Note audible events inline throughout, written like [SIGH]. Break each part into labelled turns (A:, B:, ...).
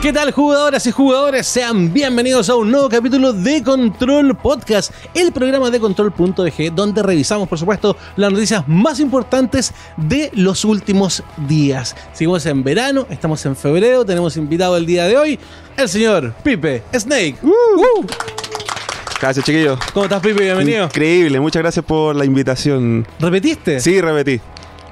A: ¿Qué tal jugadoras y jugadores? Sean bienvenidos a un nuevo capítulo de Control Podcast, el programa de control.eg donde revisamos por supuesto las noticias más importantes de los últimos días. Seguimos en verano, estamos en febrero, tenemos invitado el día de hoy el señor Pipe Snake. Uh.
B: Gracias, chiquillos.
A: ¿Cómo estás Pipe? Bienvenido.
B: Increíble, muchas gracias por la invitación.
A: ¿Repetiste?
B: Sí, repetí.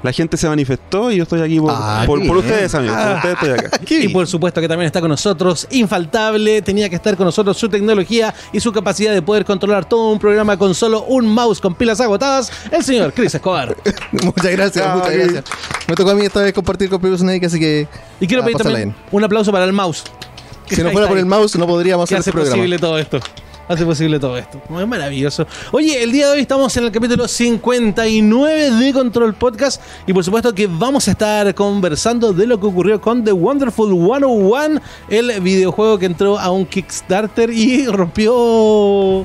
B: La gente se manifestó y yo estoy aquí por,
C: Ah,
B: por,
C: qué
B: por
C: bien.
B: ustedes, amigos. Por ustedes estoy acá.
A: Y por supuesto que también está con nosotros, infaltable, tenía que estar con nosotros su tecnología y su capacidad de poder controlar todo un programa con solo un mouse con pilas agotadas, el señor Chris Escobar.
C: [LAUGHS] Muchas gracias,
B: Ay.
C: muchas gracias. Me tocó a mí esta vez compartir con Pipe Snake, así que.
A: Y quiero
C: ah,
A: pedir
C: pásala
A: también un aplauso para el mouse.
C: [LAUGHS] bien. Si no fuera por el mouse, no podríamos
A: que
C: hacer
A: hace
C: este programa.
A: posible todo esto. Hace posible todo esto. Es maravilloso. Oye, el día de hoy estamos en el capítulo 59 de Control Podcast y por supuesto que vamos a estar conversando de lo que ocurrió con The Wonderful 101, el videojuego que entró a un Kickstarter y rompió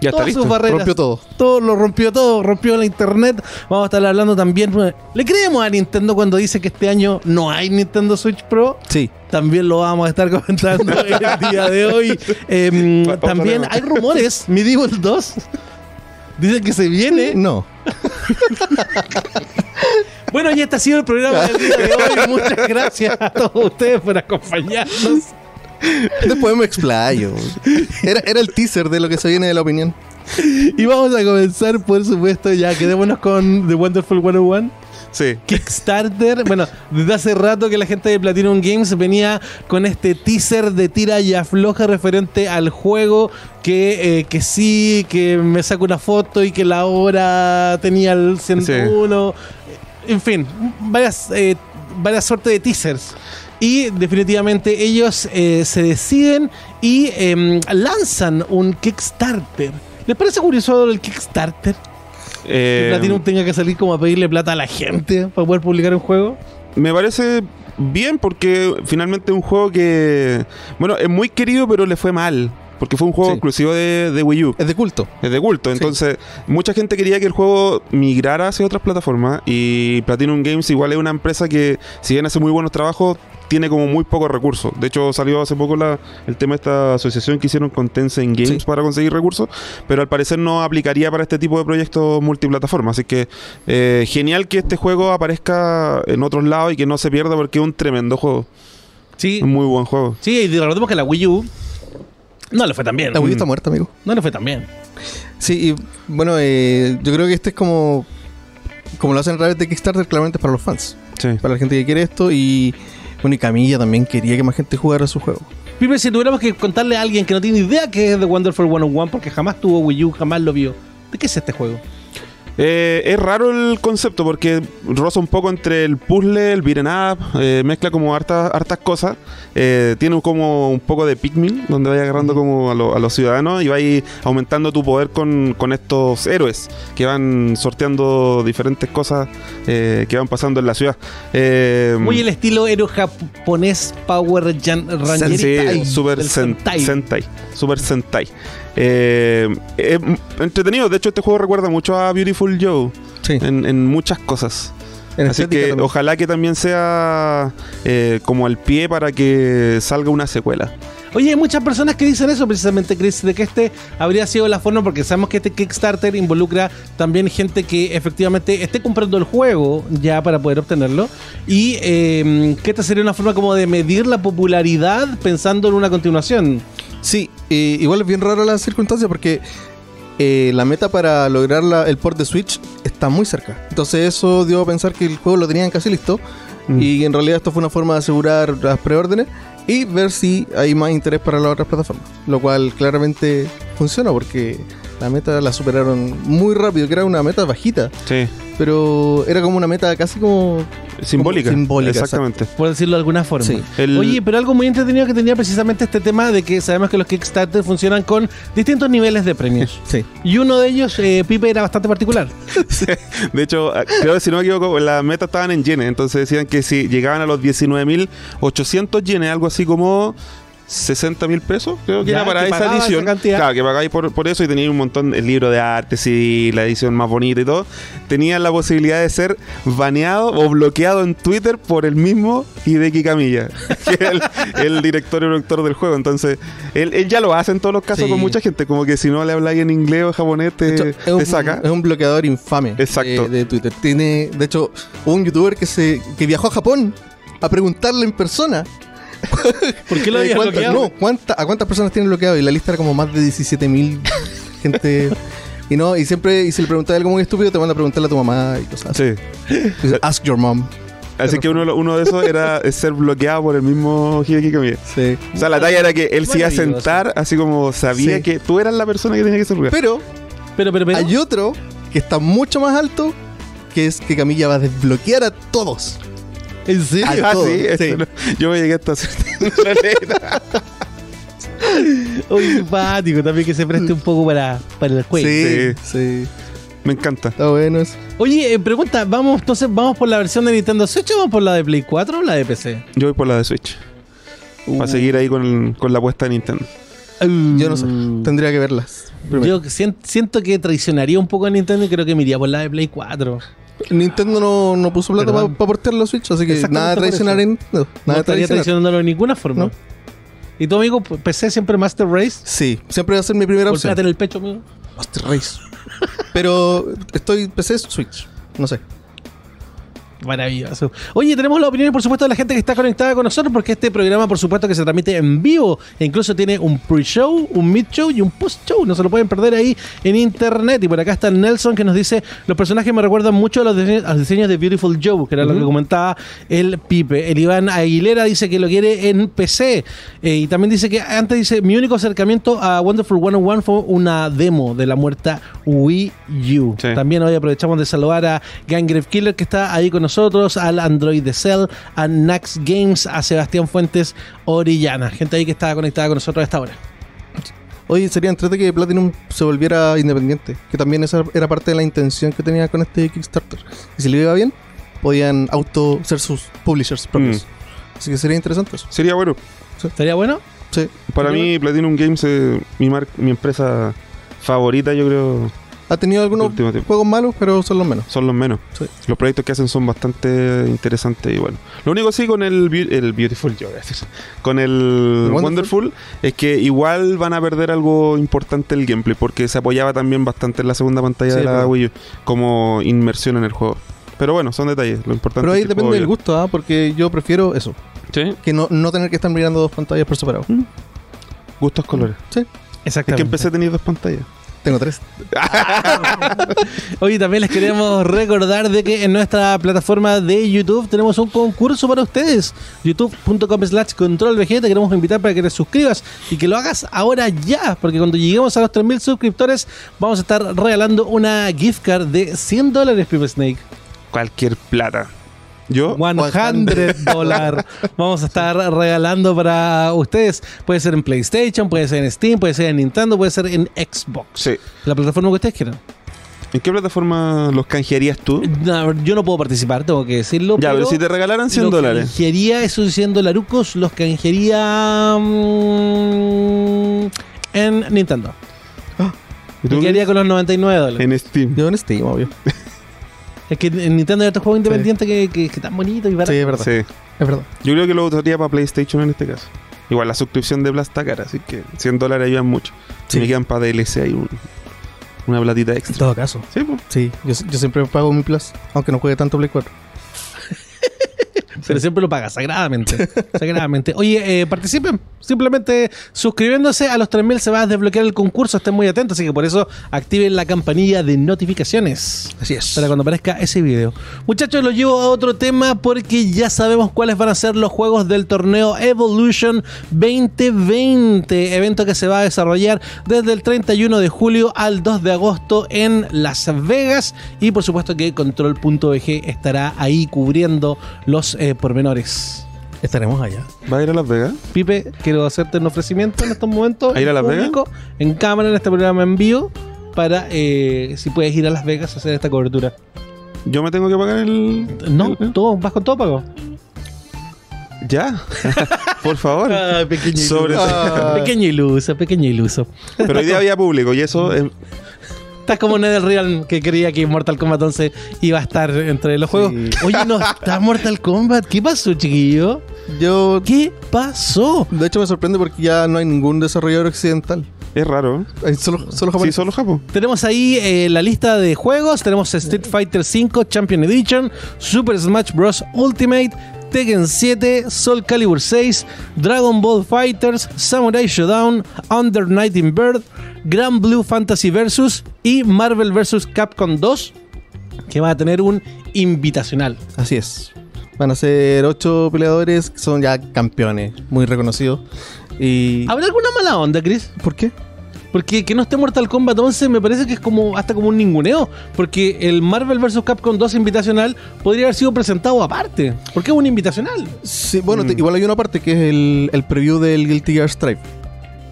B: Ya está
A: todas
B: listo.
A: sus barreras.
C: Rompió todo.
A: Todo lo rompió todo, rompió la internet. Vamos a estar hablando también. pues, ¿Le creemos a Nintendo cuando dice que este año no hay Nintendo Switch Pro?
C: Sí.
A: También lo vamos a estar comentando el día de hoy. Em,
B: Pa- pa-
A: también
B: pa-
A: hay rumores. Medieval 2 dicen que se viene.
C: No.
A: Bueno, y este ha sido el programa del día de hoy. Muchas gracias a todos ustedes por acompañarnos.
C: Después me [LAUGHS] explayo. Era, era el teaser de lo que se viene de la opinión.
A: Y vamos a comenzar, por supuesto, ya quedémonos con The Wonderful 101.
B: Sí.
A: Kickstarter. Bueno, desde hace rato que la gente de Platinum Games venía con este teaser de tira y afloja referente al juego. Que, eh, que sí, que me saco una foto y que la hora tenía el 101. En fin, varias, eh, varias suertes de teasers. Y definitivamente ellos eh, se deciden y em, lanzan un Kickstarter. ¿Les parece curioso el Kickstarter? que
B: Eh,
A: Platinum tenga que salir como a pedirle plata a la gente para poder publicar un juego.
B: me parece bien porque finalmente un juego que. Bueno, es muy querido, pero le fue mal. Porque fue un juego
C: Sí.
B: exclusivo de, de Wii U.
C: Es de culto.
B: Es de culto. Entonces, mucha gente quería que el juego migrara hacia otras plataformas. Y Platinum Games igual es una empresa que, si bien hace muy buenos trabajos, tiene como muy pocos recursos. De hecho, salió hace poco la, el tema de esta asociación que hicieron con Tencent Games
C: Sí.
B: para conseguir recursos. Pero al parecer no aplicaría para este tipo de proyectos multiplataformas. Así que, eh, genial que este juego aparezca en otros lados y que no se pierda porque es un tremendo juego.
A: Sí,
B: Un muy buen juego.
A: sí, y recordemos que la Wii U no le fue tan bien. Mm.
C: La Wii U está muerta, amigo.
A: No le fue tan bien.
C: Sí, y bueno, eh, yo creo que este es como. Como lo hacen a través de Kickstarter, claramente es para los fans.
B: Sí.
C: Para la gente que quiere esto. Y. Bueno, y Camilla también quería que más gente jugara su juego.
A: Pipe, si tuviéramos que contarle a alguien que no tiene idea que es The Wonderful 101 porque jamás tuvo Wii U, jamás lo vio. ¿De qué es este juego?
B: Eh, es raro el concepto porque roza un poco entre el puzzle, el beat'em up, eh, mezcla como hartas, hartas cosas. Eh, tiene como un poco de Pikmin, donde vais agarrando como a, lo- a los ciudadanos y vais aumentando tu poder con, con estos héroes que van sorteando diferentes cosas eh, que van pasando en la ciudad. Eh,
A: Muy el estilo héroe japonés Power Jan Ranger.
B: Sí,
A: Sentai,
B: Super
A: del
B: sen-
A: Sentai.
B: sentai. Super Sentai. Eh, es entretenido. De hecho, este juego recuerda mucho a Beautiful Joe
C: Sí.
B: en- en muchas cosas.
C: En
B: Así
C: estética
B: que
C: también.
B: ojalá que también sea eh, como el pie para que salga una secuela.
A: Oye, hay muchas personas que dicen eso precisamente, Chris, de que este habría sido la forma, porque sabemos que este Kickstarter involucra también gente que efectivamente esté comprando el juego ya para poder obtenerlo, y eh, que esta sería una forma como de medir la popularidad pensando en una continuación.
C: Sí, eh, igual es bien rara la circunstancia porque eh, la meta para lograr la- el port de Switch está muy cerca. Entonces eso dio a pensar que el juego lo tenían casi listo
B: Mm.
C: y en realidad esto fue una forma de asegurar las preórdenes y ver si hay más interés para las otras plataformas. Lo cual claramente funciona porque la meta la superaron muy rápido, que era una meta bajita,
B: Sí.
C: pero era como una meta casi como...
B: Simbólica.
C: Como simbólica,
B: Exactamente.
A: por decirlo de alguna forma.
C: Sí.
B: El-
A: Oye, pero algo muy entretenido que tenía precisamente este tema de que sabemos que los Kickstarter funcionan con distintos niveles de [LAUGHS] premios.
C: Sí.
A: Y uno de ellos, eh, Pipe, era bastante particular.
B: De hecho, a- creo que si no me equivoco, las metas estaban en yenes. Entonces decían que si llegaban a los 19.800 yenes, algo así como 60 mil pesos, creo que
A: Ya,
B: era para
A: que
B: esa
A: pagaba esa
B: edición.
A: cantidad.
B: claro, que pagáis por, por eso y teníais un montón el libro de arte, sí, la edición más bonita y todo. Tenías la posibilidad de ser baneado o bloqueado en Twitter por el mismo Hideki Camilla, [LAUGHS] que es el, el director y productor del juego. Entonces, él, él ya lo hace en todos los casos
C: Sí.
B: con mucha gente, como que si no le habláis en inglés o japonés, te,
C: De hecho,
B: te
C: es, un,
B: Eh, saca.
C: es un bloqueador infame de-
B: Exacto.
C: De, Twitter. Tiene, de hecho, hubo un youtuber que se que viajó a Japón a preguntarle en persona
A: ¿Por qué lo
C: eh,
A: habías
C: cuántas-
A: bloqueado?
C: no, cuánta- a cuántas personas tienen bloqueado y la lista era como más de
B: [LAUGHS]
C: 17.000 gente y no y siempre y si le preguntaba algo muy estúpido te van a preguntarle a tu mamá y cosas así.
B: Sí.
C: Dice, Ask your mom.
B: Así que uno, de lo- uno de esos [LAUGHS] era ser bloqueado por el mismo Hideki Camilla.
C: Sí.
B: O sea, la talla era que él se iba a
A: Maravilloso.
B: sentar, así como sabía
C: Sí.
B: que tú eras la persona que tenía que ser bloqueada.
C: Pero
A: Pero, pero, pero.
C: hay otro que está mucho más alto que es que Camilla va a desbloquear a todos.
A: ¿En serio?
C: Ay,
B: Ah,
C: todo,
B: sí, eso
C: sí.
B: no- yo me llegué hasta [LAUGHS] hacer
A: Oye, simpático también que se preste un poco para, para el juego.
C: sí,
B: sí.
C: sí.
B: Me encanta.
C: Está bueno eso.
A: Oye, eh, pregunta, ¿vamos entonces vamos por la versión de Nintendo Switch o vamos por la de Play 4 o la de PC?
B: Yo voy por la de Switch. Uh. Para seguir ahí con, con la apuesta de Nintendo.
C: Uh, Yo no sé.
A: Mm.
C: Tendría que verlas. primero.
A: Yo sien- siento que traicionaría un poco a Nintendo y creo que me iría por la de Play 4.
C: Nintendo no, no puso plata para
A: Perdón.
C: portear los Switch, así que
A: Exactamente
C: nada de
A: por eso.
C: traicionar en Nintendo.
A: no
C: Nada de
A: estaría
C: traicionar.
A: traicionándolo de ninguna forma.
C: No.
A: ¿Y tu amigo p- PC siempre Master Race?
C: Sí, siempre va a ser mi primera opción.
A: Golpéate en el pecho, amigo.
C: Master Race. [LAUGHS] Pero estoy PC Switch. No sé.
A: Maravilloso. Oye, tenemos la opinión, por supuesto, de la gente que está conectada con nosotros, porque este programa, por supuesto, que se transmite en vivo. E incluso tiene un pre-show, un mid-show y un post-show. No se lo pueden perder ahí en internet. Y por acá está Nelson que nos dice: Los personajes me recuerdan mucho a los, dise- a los diseños de Beautiful Joe, que era lo que comentaba el Pipe. El Iván Aguilera dice que lo quiere en PC. Eh, y también dice que antes dice: Mi único acercamiento a Wonderful 101 fue una demo de la muerta Wii U.
B: Sí.
A: También también hoy aprovechamos de saludar a Gangrave Killer que está ahí con nosotros, al Android de Cell, a Nax Games, a Sebastián Fuentes Orellana. Gente ahí que está conectada con nosotros a esta hora.
C: Oye, sería entrete que Platinum se volviera independiente, que también esa era parte de la intención que tenía con este Kickstarter. Y si le iba bien, podían auto ser sus publishers propios.
A: Mm.
C: Así que sería interesante eso.
B: Sería bueno.
A: ¿Estaría bueno?
C: Sí.
B: Para mí, Platinum Games es mi, mar- mi empresa favorita, yo creo.
C: Ha tenido algunos
B: Último tiempo.
C: juegos malos, pero son los menos.
B: Son los menos.
C: Sí.
B: Los proyectos que hacen son bastante interesantes y bueno. Lo único sí con el, beau- el Beautiful, yo voy a decir. Con el
C: ¿El Wonderful?
B: Wonderful? es que igual van a perder algo importante el gameplay porque se apoyaba también bastante en la segunda pantalla
A: Sí,
B: de la
C: pues.
A: po.
B: Wii U como inmersión en el juego. Pero bueno, son detalles. Lo importante
C: Pero ahí
B: es que el
C: depende del
B: juego
C: gusto, ¿ah? porque yo prefiero eso,
B: viva. Sí,
C: que no, no tener que estar mirando dos pantallas por separado.
B: gustos colores.
C: Sí,
B: Es
A: Exactamente.
B: que empecé a tener dos pantallas.
C: tengo tres.
A: Oye, también les queremos [LAUGHS] recordar de que en nuestra plataforma de YouTube tenemos un concurso para ustedes. youtube.com slash controlvg. Te queremos invitar para que te suscribas y que lo hagas ahora ya. Porque cuando lleguemos a los 3.000 suscriptores vamos a estar regalando una gift card de 100 dólares, Pipe Snake.
B: Cualquier plata. Yo, [LAUGHS]
A: 100 dólares vamos a estar regalando para ustedes. Puede ser en PlayStation, puede ser en Steam, puede ser en Nintendo, puede ser en Xbox.
B: sí.
A: La plataforma que ustedes quieran.
B: ¿En qué plataforma los canjearías tú?
A: No, yo no puedo participar, tengo que decirlo.
B: Ya, pero
A: pero
B: si te regalaran 100
A: los
B: dólares.
A: canjería esos 100 dolarucos, los canjería mm, en Nintendo.
B: ¿Y tú?
A: Me quedaría con los 99 dólares.
B: En Steam.
C: Yo en Steam, obvio.
A: Es que en Nintendo hay otros juegos independientes que, que, que tan bonitos y baratos.
C: Sí, es verdad.
B: Sí.
C: Es verdad.
B: Yo creo que lo usaría para PlayStation en este caso. Igual la suscripción de Blast está cara, así que 100 dólares ayudan mucho. Si
C: Sí.
B: me quedan para DLC hay un- una platita
C: En
B: extra.
C: todo caso.
B: Sí, pues.
C: Sí, yo, yo siempre pago mi Plus, aunque no juegue tanto Play 4.
A: Pero siempre lo paga,
C: [LAUGHS]
A: sagradamente. sagradamente. Oye, eh, participen. Simplemente suscribiéndose a los 3000 se va a desbloquear el concurso. Estén muy atentos. Así que por eso activen la campanilla de notificaciones.
C: Así es.
A: Para cuando aparezca ese video. Muchachos, los llevo a otro tema porque ya sabemos cuáles van a ser los juegos del torneo Evolution 2020. Evento que se va a desarrollar desde el 31 de julio al 2 de agosto en Las Vegas. Y por supuesto que Control.bg estará ahí cubriendo los eh, pormenores.
C: Estaremos allá.
B: ¿Va a ir a Las Vegas?
A: Pipe, quiero hacerte un ofrecimiento en estos momentos.
B: ¿A ir a Las
A: en público, En cámara, en este programa en vivo. Para eh, si puedes ir a Las Vegas a hacer esta cobertura.
B: ¿Yo me tengo que pagar el...?
A: No,
B: el-
A: todo, vas con todo pago.
B: ¿Ya? [LAUGHS] por
C: [LAUGHS]
B: favor.
A: Ah, pequeño iluso.
B: Sobre-
C: Ah.
A: Pequeño iluso, pequeño iluso.
B: Pero hoy día había público y eso es
A: Estás como Ned Real que creía que Mortal Kombat 11 iba a estar entre los juegos. Oye, no está Mortal Kombat. ¿Qué pasó, chiquillo?
C: Yo,
A: ¿Qué pasó?
C: de hecho, me sorprende porque ya no hay ningún desarrollador occidental.
B: Es raro, ¿eh?
C: Hay solo, solo
B: Sí,
C: japoneses.
B: solo Japón.
A: Tenemos ahí eh, la lista de juegos. Tenemos Street Fighter V Champion Edition, Super Smash Bros. Ultimate, Tekken 7, Soul Calibur 6, Dragon Ball Fighters, Samurai Showdown, Under Night in Bird, Grand Blue Fantasy Versus y Marvel vs. Capcom 2, que va a tener un invitacional.
C: Así es. Van a ser ocho peleadores que son ya campeones, muy reconocidos. Y.
A: ¿Habrá alguna mala onda, Chris?
C: ¿Por qué?
A: Porque que no esté Mortal Kombat 11 me parece que es como hasta como un ninguneo. Porque el Marvel vs. Capcom 2 invitacional podría haber sido presentado aparte. Porque es un invitacional.
C: Sí, bueno, te- igual hay una parte que es el, el preview del Guilty Gear Strive.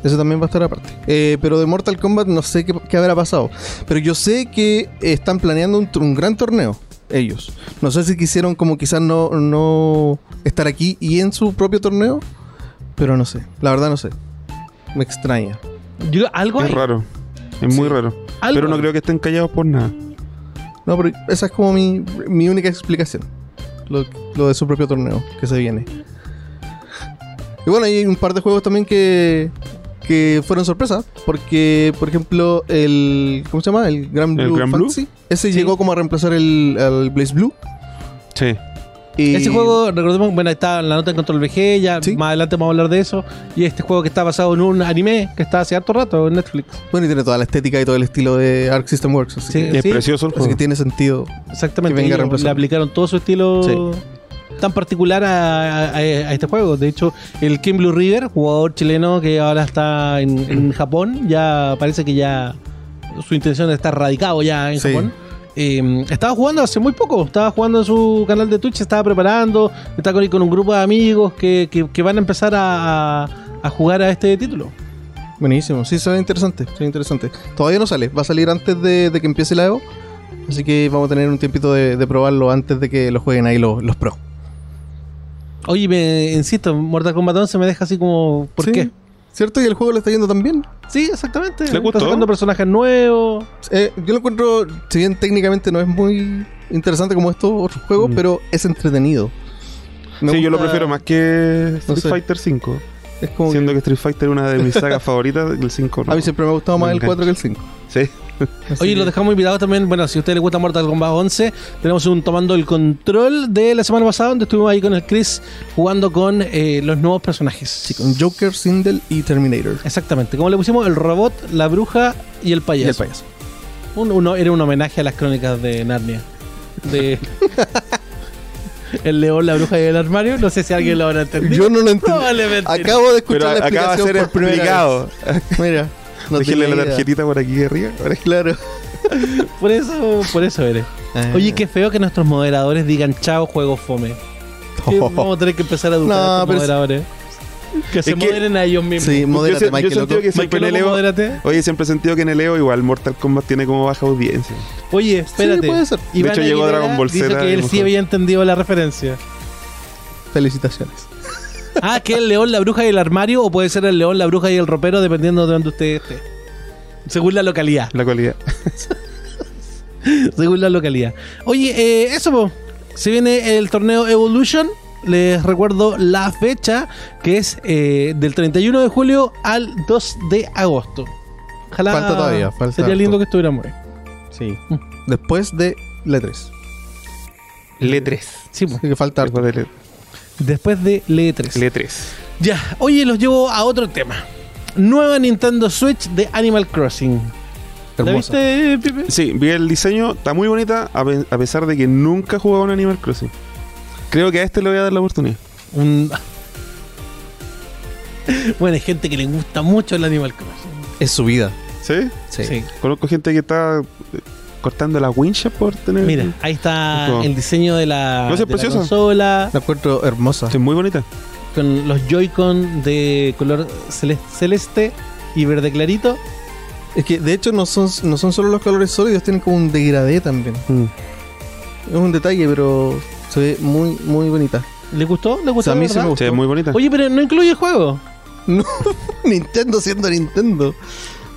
C: Eso también va a estar aparte. Eh, pero de Mortal Kombat no sé qué, qué habrá pasado. Pero yo sé que eh, están planeando un, tr- un gran torneo, ellos. No sé si quisieron como quizás no, no estar aquí y en su propio torneo. Pero no sé, la verdad no sé. Me extraña.
A: Yo- algo
B: Es
A: hay.
B: raro. Es muy raro.
A: Algo.
B: Pero no creo que estén callados por nada.
C: No, pero esa es como mi, mi única explicación. Lo, lo de su propio torneo que se viene. Y bueno, hay un par de juegos también que, que fueron sorpresa. Porque, por ejemplo, el. ¿Cómo se llama? El Grand
B: ¿El
C: Blue
B: Gran Blue?
C: Fantasy. Ese
A: Sí.
C: llegó como a reemplazar el, al Blaze Blue.
B: Sí.
C: y-
A: Ese juego, recordemos, bueno, está en la nota en Control VG, ya
C: Sí.
A: más adelante vamos a hablar de eso. Y este juego que está basado en un anime que está hace harto rato en Netflix.
C: Bueno, y tiene toda la estética y todo el estilo de Arc System Works. Así,
A: Sí.
C: que,
B: Y es
A: Sí.
B: precioso el
C: así que
B: juego.
C: tiene sentido.
A: Exactamente.
C: Que venga
A: ellos
C: a reemplazar.
A: le aplicaron todo su estilo
C: Sí.
A: tan particular a, a- a este juego. De hecho, el Kim Blue River, jugador chileno que ahora está en,
C: Mm.
A: en Japón, ya parece que ya su intención está radicado ya en
C: Sí.
A: Japón. Eh, estaba jugando hace muy poco, estaba jugando en su canal de Twitch, estaba preparando, está con, con un grupo de amigos que, que- que van a empezar a, a- a jugar a este título.
C: Buenísimo, sí, se ve interesante, se ve interesante. Todavía no sale, va a salir antes de, de que empiece la EO. Así que vamos a tener un tiempito de, de probarlo antes de que lo jueguen ahí los, los pros.
A: Oye, me insisto, Mortal Kombat 11 me deja así como, ¿por
C: Sí,
A: qué?
C: ¿Cierto? Y el juego le está yendo tan bien.
A: Sí, exactamente.
B: ¿Le gustó?
A: Está sacando personajes nuevos.
C: Eh, yo lo encuentro, si bien técnicamente no es muy interesante como estos otros juegos,
A: Mm.
C: pero es entretenido. Me
B: Sí, yo lo
C: gusta-
B: prefiero más que Street
C: sé.
B: Fighter 5.
C: Es como que
B: Siendo que Street Fighter es una de mis sagas [LAUGHS] favoritas, el 5 no.
C: a mí siempre me ha gustado más
B: Me
C: el 4 que el 5.
B: Sí.
C: Así
A: Oye,
C: que-
A: los dejamos invitados también. Bueno, si a ustedes les gusta Mortal Kombat 11, tenemos un tomando el control de la semana pasada, donde estuvimos ahí con el Chris jugando con eh, los nuevos personajes.
C: Sí, con Joker, Sindel y Terminator.
A: Exactamente. Como le pusimos, el robot, la bruja y el
C: Y
A: payaso.
C: el payaso.
A: Un- uno, era un homenaje a las crónicas de Narnia.
C: [LAUGHS]
A: De. el león, la bruja y el armario. No sé si alguien lo habrá entendido.
C: Yo no lo entendí.
A: [LAUGHS] Probablemente.
C: Acabo de escuchar
B: Pero
C: la explicación
B: acaba de ser
C: por primera
B: explicado.
C: vez. Mira, no
B: Déjenle
C: tenía
B: la
C: idea.
B: tarjetita por aquí arriba. ahora.
C: Claro.
A: Por eso, por eso eres.
C: Eh.
A: Oye, qué feo que nuestros moderadores digan chao, juego fome. Que Vamos a tener que empezar a educar
C: No,
A: a estos
C: pero es-
A: moderadores. Que se
B: que-
A: moderen a ellos mismos.
C: Sí, modérate,
B: yo se- yo
C: Michael,
B: sentí
C: loco.
B: que siempre
A: Michael,
B: en el
A: loco,
B: Evo-
A: modérate.
B: Oye, siempre he sentido que en el EO igual Mortal Kombat tiene como baja audiencia.
A: Oye, espérate.
C: puede ser.
A: Iván
B: hecho, llegó
A: Aguilera
B: Dragon Ball
A: dice
B: Z,
A: que él
B: mejor.
A: sí había entendido la referencia.
C: Felicitaciones.
A: Ah, que el león, la bruja y el armario, o puede ser el león, la bruja y el ropero, dependiendo de donde usted esté. Según la localidad. [LAUGHS]
B: La cualidad.
A: Según la localidad. Oye, eh, eso, po. se viene el torneo Evolution. Les recuerdo la fecha, que es eh, del 31 de julio al 2 de agosto. Ojalá.
C: Falta todavía, falta
A: Sería
C: harto.
A: lindo que estuviéramos ahí.
C: Sí. Después de la 3.
B: L3.
A: Sí, po.
C: Así que falta harto.
B: Después de
A: Después de LE3.
C: E
B: L3.
A: Ya, oye, los llevo a otro tema. Nueva Nintendo Switch de Animal Crossing. ¿La
C: Hermoso.
A: viste, Pipe?
B: Sí, vi el diseño, está muy bonita, a, pe- a pesar de que nunca he jugado a un Animal Crossing. Creo que a este le voy a dar la oportunidad.
A: Un- [LAUGHS] Bueno, hay gente que le gusta mucho el Animal Crossing.
C: Es su vida.
B: ¿Sí?
C: Sí.
B: Conozco gente que está eh, cortando la wincha por tener.
A: Mira, ahí está
B: Un juego.
A: el diseño de la,
B: No, sí, es
A: de la
B: precioso.
A: consola,
C: La encuentro hermosa.
B: Ah. Sí, muy bonita.
A: con los Joy-Con de color cele- celeste y verde clarito.
C: Es que de hecho no son, no son solo los colores sólidos, tienen como un
A: Mm.
C: degradé también. Es un detalle, pero se ve muy, muy bonita. [LAUGHS]
A: ¿Le gustó? ¿Le gustó?
C: a
A: de
C: mí sí
A: verdad?
C: me
B: Sí, es muy bonita.
A: Oye, pero no incluye juego.
C: No, Nintendo siendo Nintendo.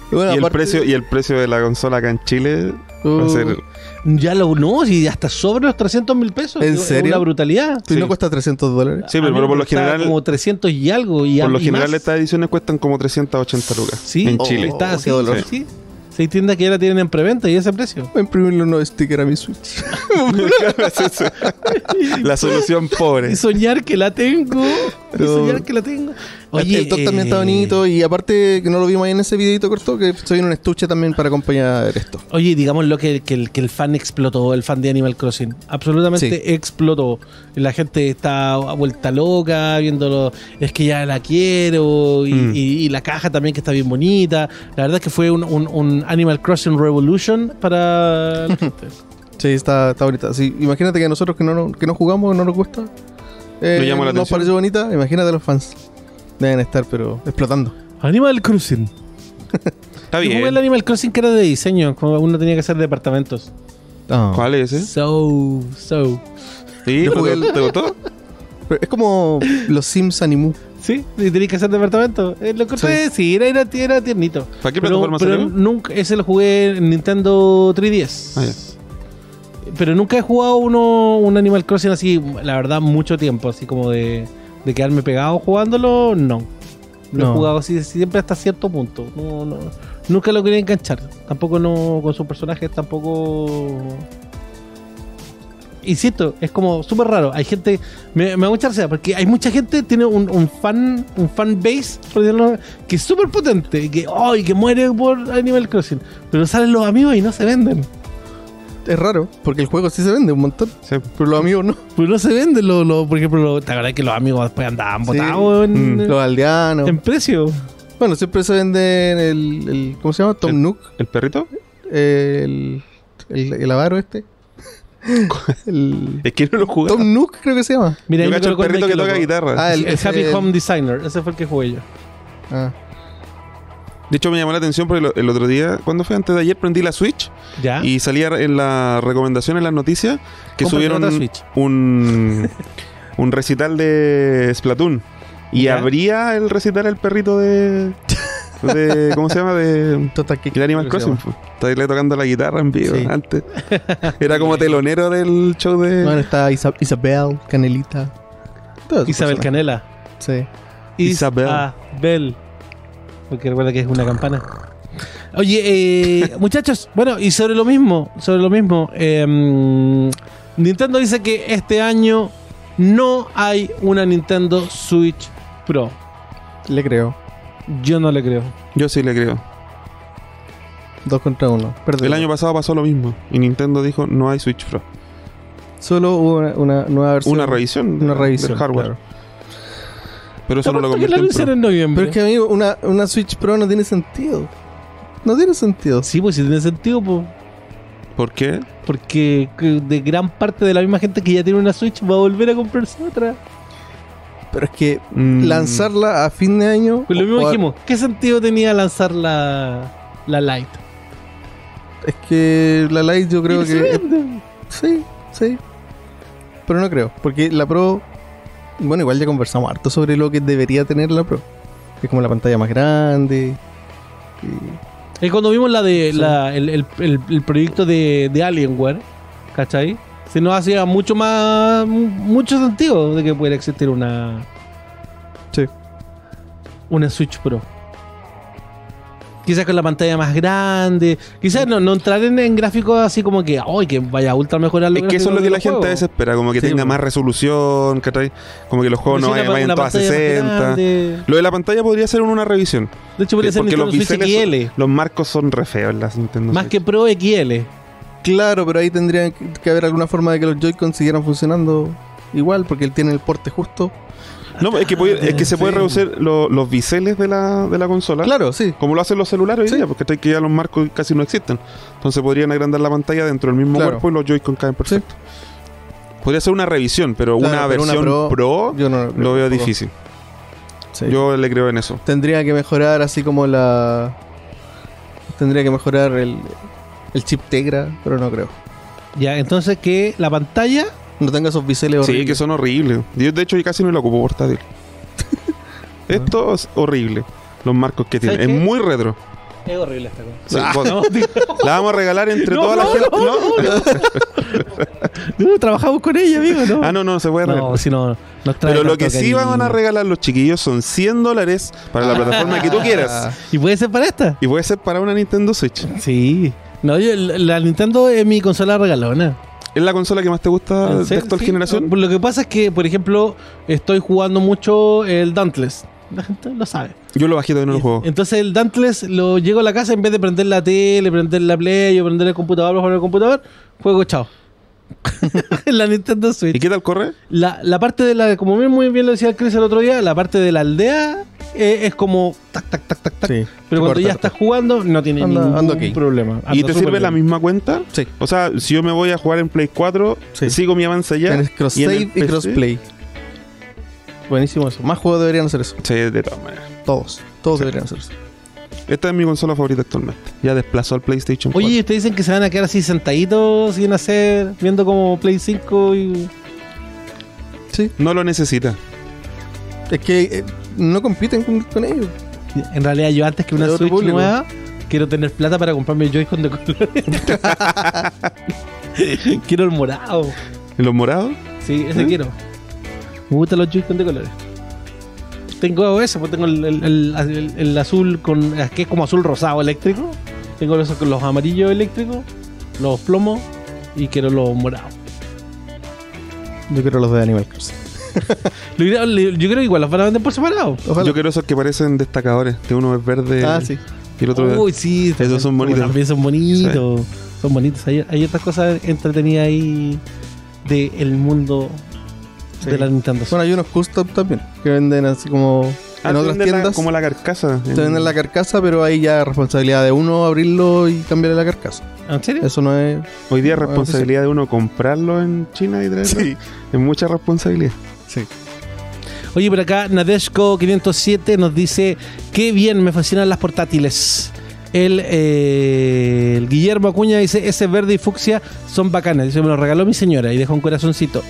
C: Bueno,
B: y, el
C: aparte-
B: precio, y el precio de la consola acá en Chile va a
C: Uh,
B: ser.
A: Ya lo no, si hasta sobre los 300 mil pesos.
C: ¿En
A: Es
C: serio?
A: Una brutalidad.
C: Si
B: Sí.
C: no cuesta 300 dólares.
B: Sí,
A: A mí
B: pero,
A: me
B: por lo
A: costaba
B: general.
A: Como 300 y algo. Y
B: por lo
A: y
B: general,
A: más.
B: estas ediciones cuestan como 380 lucas.
A: Sí,
B: En
A: oh,
B: Chile.
A: Está
C: Oh,
A: así.
C: qué dolor.
A: sí. Sí, hay tiendas que ya la tienen en preventa y ese precio.
C: Voy a imprimirle unos stickers a
B: [LAUGHS]
C: mi Switch. [LAUGHS]
A: Oh.
B: La solución pobre.
A: Y soñar que la
B: [LAUGHS]
A: tengo. Y
C: No.
A: soñar que la tengo.
C: el top también está
A: eh,
C: bonito. Y aparte, que no lo vimos ahí en ese videito corto, que estoy en un estuche también para acompañar esto.
A: Oye, digamos lo que, que el, que el fan explotó, el fan de Animal Crossing. Absolutamente
C: Sí.
A: explotó. La gente está a vuelta loca, viéndolo. Es que ya la quiero. Y,
B: Mm.
A: y- y la caja también que está bien bonita. La verdad es que fue un, un- un Animal Crossing Revolution para. la gente.
C: Sí, está, está bonita. Sí, imagínate que a nosotros que no, no- que no jugamos, no nos gusta. eh,
B: Nos llama la
C: nos
B: atención.
C: pareció bonita. Imagínate a los fans. Deben estar, pero explotando.
A: Animal Crossing.
B: Está
A: Yo jugué el
B: bien.
A: Animal Crossing que era de diseño, como uno tenía que hacer departamentos.
C: Ah.
B: ¿Cuál es ese?
A: So, so.
B: Sí,
C: Yo jugué
B: ¿te gustó?
C: Pero
B: [LAUGHS]
C: es como los Sims Animu.
A: Sí, y tenías que hacer departamento. Eh, lo encontré, sí, era, era, era tiernito.
B: ¿Para qué
A: pero,
B: plataforma
A: pero
B: salió?
A: nunca ese lo jugué en Nintendo 3DS.
B: Ah,
A: Pero nunca he jugado uno un Animal Crossing así, la verdad, mucho tiempo, así como de, de quedarme pegado jugándolo, no. Lo he
C: No.
A: jugado así siempre hasta cierto punto. No, no, nunca lo quería enganchar. Tampoco no con sus personajes, tampoco. Insisto, es como súper raro. Hay gente. Me, me da mucha risa porque hay mucha gente, tiene un, un fan, un fan base, por decirlo, que es súper potente, y que, oh, y que muere por Animal Crossing. Pero salen los amigos y no se venden.
C: Es raro, porque el juego sí se vende un montón,
B: Sí.
C: pero los amigos no.
A: Pues no se venden, los, los- por ejemplo, los- la verdad es que los amigos después andaban
C: Sí. Em.
A: botados en,
B: Mm.
C: Los aldeanos.
A: en precio.
C: Bueno, siempre se venden el, el- ¿Cómo se llama? Tom
B: El-
C: Nook.
B: ¿El perrito?
C: El, el, el
B: [LAUGHS]
C: avaro este. El-
B: Es que no lo jugué.
C: Tom Nook creo que se llama.
A: Mira, ahí
B: Yo
A: me
B: cacho el
A: colocó el
B: perrito que
A: Nike
B: toca
A: loco.
B: guitarra.
C: Ah,
A: el,
C: el-
A: el Happy
C: ese-
A: Home Designer, ese fue el que jugué yo.
C: Ah,
B: De hecho, me llamó la atención porque lo- el otro día, cuando fue antes de ayer, prendí la Switch
A: ¿Ya?
B: y salía en la recomendación, en las noticias, que
A: Ah. Cómprate
B: subieron
A: otra Switch. [LAUGHS]
B: un, un recital de Splatoon. Y
A: Ya.
B: abría el recital el perrito de. de ¿Cómo se llama? De.
C: Total Kick.
B: de Animal
C: creo que se
B: Crossing.
C: llama.
B: po. Estaba ahí tocando la guitarra en vivo
C: Sí.
B: [LAUGHS] antes. Era como telonero del show de.
C: Bueno, está Isa- Isabel, Canelita. Todas esas
A: Isabel
C: personas.
A: Canela.
C: Sí.
B: Isabel.
A: Isabel. Porque recuerda que es una campana. Oye, eh, [LAUGHS] muchachos, bueno, y sobre lo mismo, sobre lo mismo, eh, Nintendo dice que este año no hay una Nintendo Switch Pro.
C: Le creo.
A: Yo no le creo.
B: Yo sí le creo.
C: Dos contra uno. Perdón.
B: El año pasado pasó lo mismo. Y Nintendo dijo: no hay Switch Pro.
C: Solo hubo una, una nueva versión.
B: Una revisión. de-
C: Una revisión.
B: Del hardware.
C: claro.
B: Pero eso no lo
A: Apuesto que la
B: convirtió en
A: anuncian
B: Pro.
A: en noviembre.
C: Pero es que, amigo, una, una Switch Pro no tiene sentido. No tiene sentido.
A: Sí, pues si tiene sentido, pues.
B: ¿Por qué?
A: Porque que de gran parte de la misma gente que ya tiene una Switch va a volver a comprarse otra.
C: Pero es que
B: Mm.
C: lanzarla a fin de año.
A: Pues lo mismo
C: o a-
A: dijimos. ¿Qué sentido tenía lanzar la, la Lite?
C: Es que la Lite yo creo
A: Y se
C: que.
A: vende.
C: Sí, sí. Pero no creo, porque la Pro. Bueno, igual ya conversamos harto sobre lo que debería tener la Pro. Que es como la pantalla más grande. y-
A: Es cuando vimos la de
C: Sí.
A: la- el, el- el- el proyecto de, de Alienware, ¿cachai? Se nos hacía mucho más. mucho sentido de que pudiera existir una.
C: Sí.
A: Una Switch Pro. Quizás con la pantalla más grande. Quizás no, no entrar en, en gráficos así como que, ¡ay, que vaya ultra mejorar los
B: Es que eso es lo
A: gráficos
B: que
A: de
B: la
A: los
B: gente a
A: juegos".
B: veces espera, como que
A: Sí,
B: tenga
A: po.
B: más resolución, ¿cachai? Como que los
A: Pero
B: juegos no
A: sí,
B: vayan,
A: una-
B: vayan
A: una
B: todos a
A: pantalla más
B: 60.
A: grande.
B: Lo de la pantalla podría ser en una revisión.
A: De hecho, podría ser
B: porque
A: Nintendo
B: los
A: Switch
B: biseles, son-
A: XL.
B: los marcos son re feos en las Nintendo
A: Más que
B: Switch.
A: Pro XL.
C: Claro, pero ahí tendría que que haber alguna forma de que los Joy-Con siguieran funcionando igual, porque él tiene el porte justo.
B: No, es que, puede- es que se pueden
C: Sí.
B: reducir lo- los biseles de la, de la consola.
C: Claro, sí.
B: Como lo hacen los celulares hoy
C: Sí.
B: día, porque ¿cachai? que ya los marcos casi no existen. Entonces podrían agrandar la pantalla dentro del mismo
C: Claro.
B: cuerpo y los Joy-Con caen perfecto. Podría ser una revisión, pero
C: Claro,
B: una
C: pero una
B: versión
C: Pro-
B: pro,
C: Yo no creo
B: lo veo
C: tampoco.
B: difícil.
C: Sí.
B: Yo le creo en eso.
C: Tendría que mejorar así como la. Tendría que mejorar el, el chip Tegra, pero no creo.
A: Ya, entonces que la pantalla
C: No tenga esos biseles
B: Sí, que
C: horribles.
B: son horribles. Yo, de hecho, yo casi no lo ocupo
C: [LAUGHS]
B: portátil.
C: Ah.
B: Esto es horrible. Los marcos que tiene.
A: ¿Sabes
B: Es
A: qué?
B: muy retro.
A: Es horrible esta cosa.
C: Ah,
B: Sí, vos-
A: No, tío,
B: [LAUGHS] La vamos a regalar entre
A: No,
B: toda la
A: no,
B: gente.
A: no,
B: ¿no?
A: no, trabajamos con ella, amigo, ¿no?
B: Ah, no, no, se puede regalar.
A: No, si no, nos trae
B: Pero lo
A: tanto
B: que sí
A: cariño.
B: van a regalar los chiquillos son 100 dólares para la plataforma
C: [LAUGHS]
B: que tú quieras.
A: ¿Y puede ser para esta?
B: Y puede ser para una Nintendo Switch.
A: Sí. No, yo, la la Nintendo es mi consola regalona.
B: ¿Es la consola que más te gusta
A: ¿En
B: Ah, de
A: serio?
B: actual
A: Sí.
B: generación?
A: Lo que pasa es que, por ejemplo, estoy jugando mucho el Dauntless. La gente lo sabe.
B: Yo lo bajé todavía no lo juego.
A: Entonces el Dauntless lo llego a la casa en vez de prender la tele, prender la play o prender el computador, bajar el computador, juego chao. [LAUGHS] la Nintendo
B: ¿Y
A: Switch.
B: qué tal corre?
A: La, la parte de la, como bien- muy bien lo decía el Chris el otro día, la parte de la aldea eh, es como tac, tac, tac, tac, tac.
C: Sí,
A: Pero cuando
C: corta,
A: ya
C: corta.
A: estás jugando no tiene
C: Anda-
A: ningún
C: anda ok.
A: problema.
B: ¿Y
A: Anda
B: te
A: súper
B: sirve la
A: bien.
B: misma cuenta?
C: Sí.
B: O sea, si yo me voy a jugar en Play 4,
C: Sí.
B: sigo mi avance allá.
C: En el cross
B: en
C: save
B: el
C: y
B: PC.
C: crossplay. Buenísimo eso. Más juegos deberían hacer eso.
B: Sí, de todas maneras.
C: Todos. Todos deberían hacer eso.
B: Esta es mi consola favorita actualmente. Ya desplazó al PlayStation 4.
A: Oye, ¿y ustedes dicen que se van a quedar así sentaditos sin hacer, viendo como Play 5 y...
C: Sí.
B: No lo necesita.
C: Es que eh, no compiten con, con ellos.
A: En realidad yo antes que una
C: De otro
A: Switch
C: público.
A: nueva quiero tener plata para comprarme el Joy-Con de
C: [LAUGHS]
A: colores. [LAUGHS] quiero el morado.
B: ¿En los morados?
A: Sí, ese
B: ¿Eh?
A: quiero. Me gustan los Joy-Con de colores. Tengo ese, pues tengo el, el- el- el- el azul con es que es como azul rosado eléctrico. Tengo los, los amarillos eléctricos, los plomos y quiero los morados.
C: Yo quiero los de Animal Crossing.
A: Lo iré- le- Yo creo que igual los van a vender por separado.
C: Ojalá.
B: Yo quiero esos que parecen destacadores. Que uno es verde
C: ah, sí.
B: y el otro Ah,
A: Uy, sí, también-
B: son bonitos.
A: También son bonitos. Son bonitos. Hay, hay otras cosas entretenidas ahí del mundo
C: Sí.
A: de la Nintendo. Switch.
C: Bueno, hay unos custom también que venden así como
B: Ah,
C: en
B: te
C: otras
B: venden la-
C: tiendas.
B: como la carcasa.
C: Te venden la carcasa, pero hay ya responsabilidad de uno abrirlo y cambiarle la carcasa.
A: ¿En serio?
C: Eso no [LAUGHS] es.
B: Hoy día es
C: Bueno,
B: responsabilidad de uno comprarlo en China y traerlo. Es mucha responsabilidad.
A: Oye, por acá Nadeshko507 nos dice: Qué bien, me fascinan las portátiles. El, eh, el Guillermo Acuña dice: Ese verde y fucsia son bacanas. Dice: Me lo regaló mi señora y dejó un corazoncito.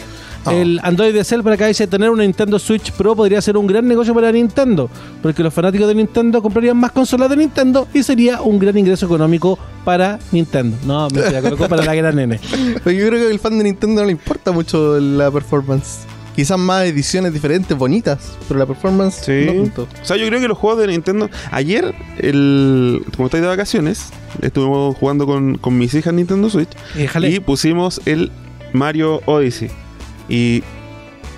C: Oh.
A: El Android de Cell por acá dice: Tener una Nintendo Switch Pro podría ser un gran negocio para Nintendo, porque los fanáticos de Nintendo comprarían más consolas de Nintendo y sería un gran ingreso económico para Nintendo. No, me la colocó para la gran
C: [LAUGHS]
A: nene.
C: Pero yo creo que al fan de Nintendo no le importa mucho la performance. Quizás más ediciones diferentes, bonitas, pero la performance
B: Sí.
C: no tanto.
B: O sea, yo creo que los juegos de Nintendo. Ayer, el, como estáis de vacaciones, estuvimos jugando con, con mis hijas Nintendo Switch
A: Eh, jale.
B: y pusimos el Mario Odyssey. Y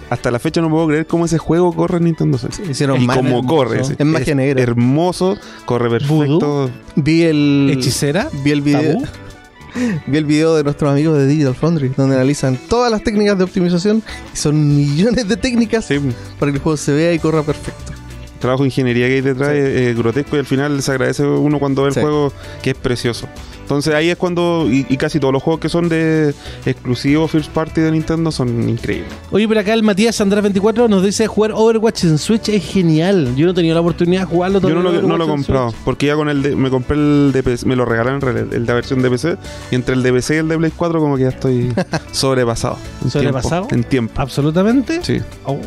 B: hasta la fecha no puedo creer cómo ese juego corre en Nintendo Switch.
C: Hicieron
B: y
C: mal.
B: cómo corre.
A: hermoso.
B: sí.
C: Es magia negra.
B: Hermoso, corre perfecto.
A: Vudú.
C: Vi el.
A: ¿Hechicera?
C: Vi el video.
A: ¿Tabú?
C: Vi el video de nuestros amigos de Digital Foundry, donde analizan todas las técnicas de optimización. Y son millones de técnicas
B: Sí,
C: para que el juego se vea y corra perfecto.
B: trabajo de ingeniería que hay detrás es, eh, grotesco y al final se agradece uno cuando ve el
C: Sí.
B: juego que es precioso. Entonces ahí es cuando, y, y casi todos los juegos que son de exclusivos first party de Nintendo son increíbles.
A: Oye, por acá el Matías Andrés 24 nos dice jugar Overwatch en Switch es genial. Yo no he tenido la oportunidad de jugarlo
B: Yo no lo,
A: todavía,
B: no lo he
A: Overwatch en
B: comprado, porque ya con el de- me compré el de PC, me lo regalaron en realidad, el de la versión de PC, y entre el de PC y el de Play 4 como que
A: [LAUGHS]
B: ya estoy sobrepasado. en
A: ¿Sobrepasado?
B: tiempo, en
A: Switch.
B: tiempo.
A: Absolutamente.
B: Sí.
A: Oh,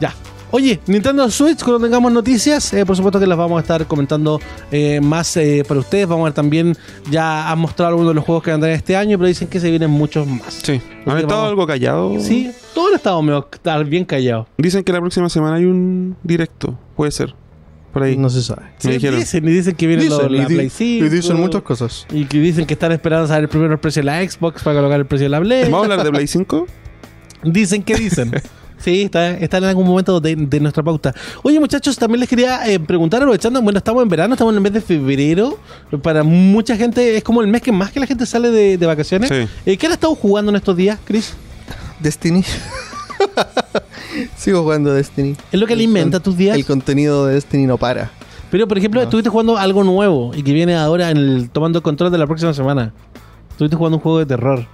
A: ya. Oye, Nintendo Switch, cuando tengamos noticias, eh, por supuesto que las vamos a estar comentando eh, más eh, para ustedes. Vamos a ver también, ya han mostrado algunos de los juegos que vendrán este año, pero dicen que se vienen muchos más.
B: Sí.
A: que
B: ¿Han estado
A: vamos-
B: algo callados?
A: Sí, todo el estado medio estar bien callado.
B: Dicen que la próxima semana hay un directo, puede ser. Por ahí.
C: No se sabe.
B: Me
A: Sí,
B: dijeron.
A: Dicen, y dicen que vienen los
C: y
A: la
C: di-
A: Play
C: y dicen
A: 5,
C: muchas cosas.
A: Y que dicen que están esperando saber primero el precio de la Xbox para colocar el precio de la Play.
B: ¿Vamos a hablar de Play 5?
A: Dicen que dicen. Sí, está, está en algún momento de, de nuestra pauta. Oye, muchachos, también les quería eh, preguntar, aprovechando, bueno, estamos en verano, estamos en el mes de febrero. Para mucha gente es como el mes que más que la gente sale de, de vacaciones.
B: Sí.
A: Eh, ¿Qué han estado jugando en estos días, Chris?
C: Destiny. [LAUGHS] Sigo jugando Destiny.
A: Es lo que
C: El
A: alimenta
C: con-
A: tus días.
C: El contenido de Destiny no para.
A: Pero, por ejemplo, estuviste jugando algo nuevo y que viene ahora en el, tomando el control de la próxima semana. Estuviste jugando un juego de terror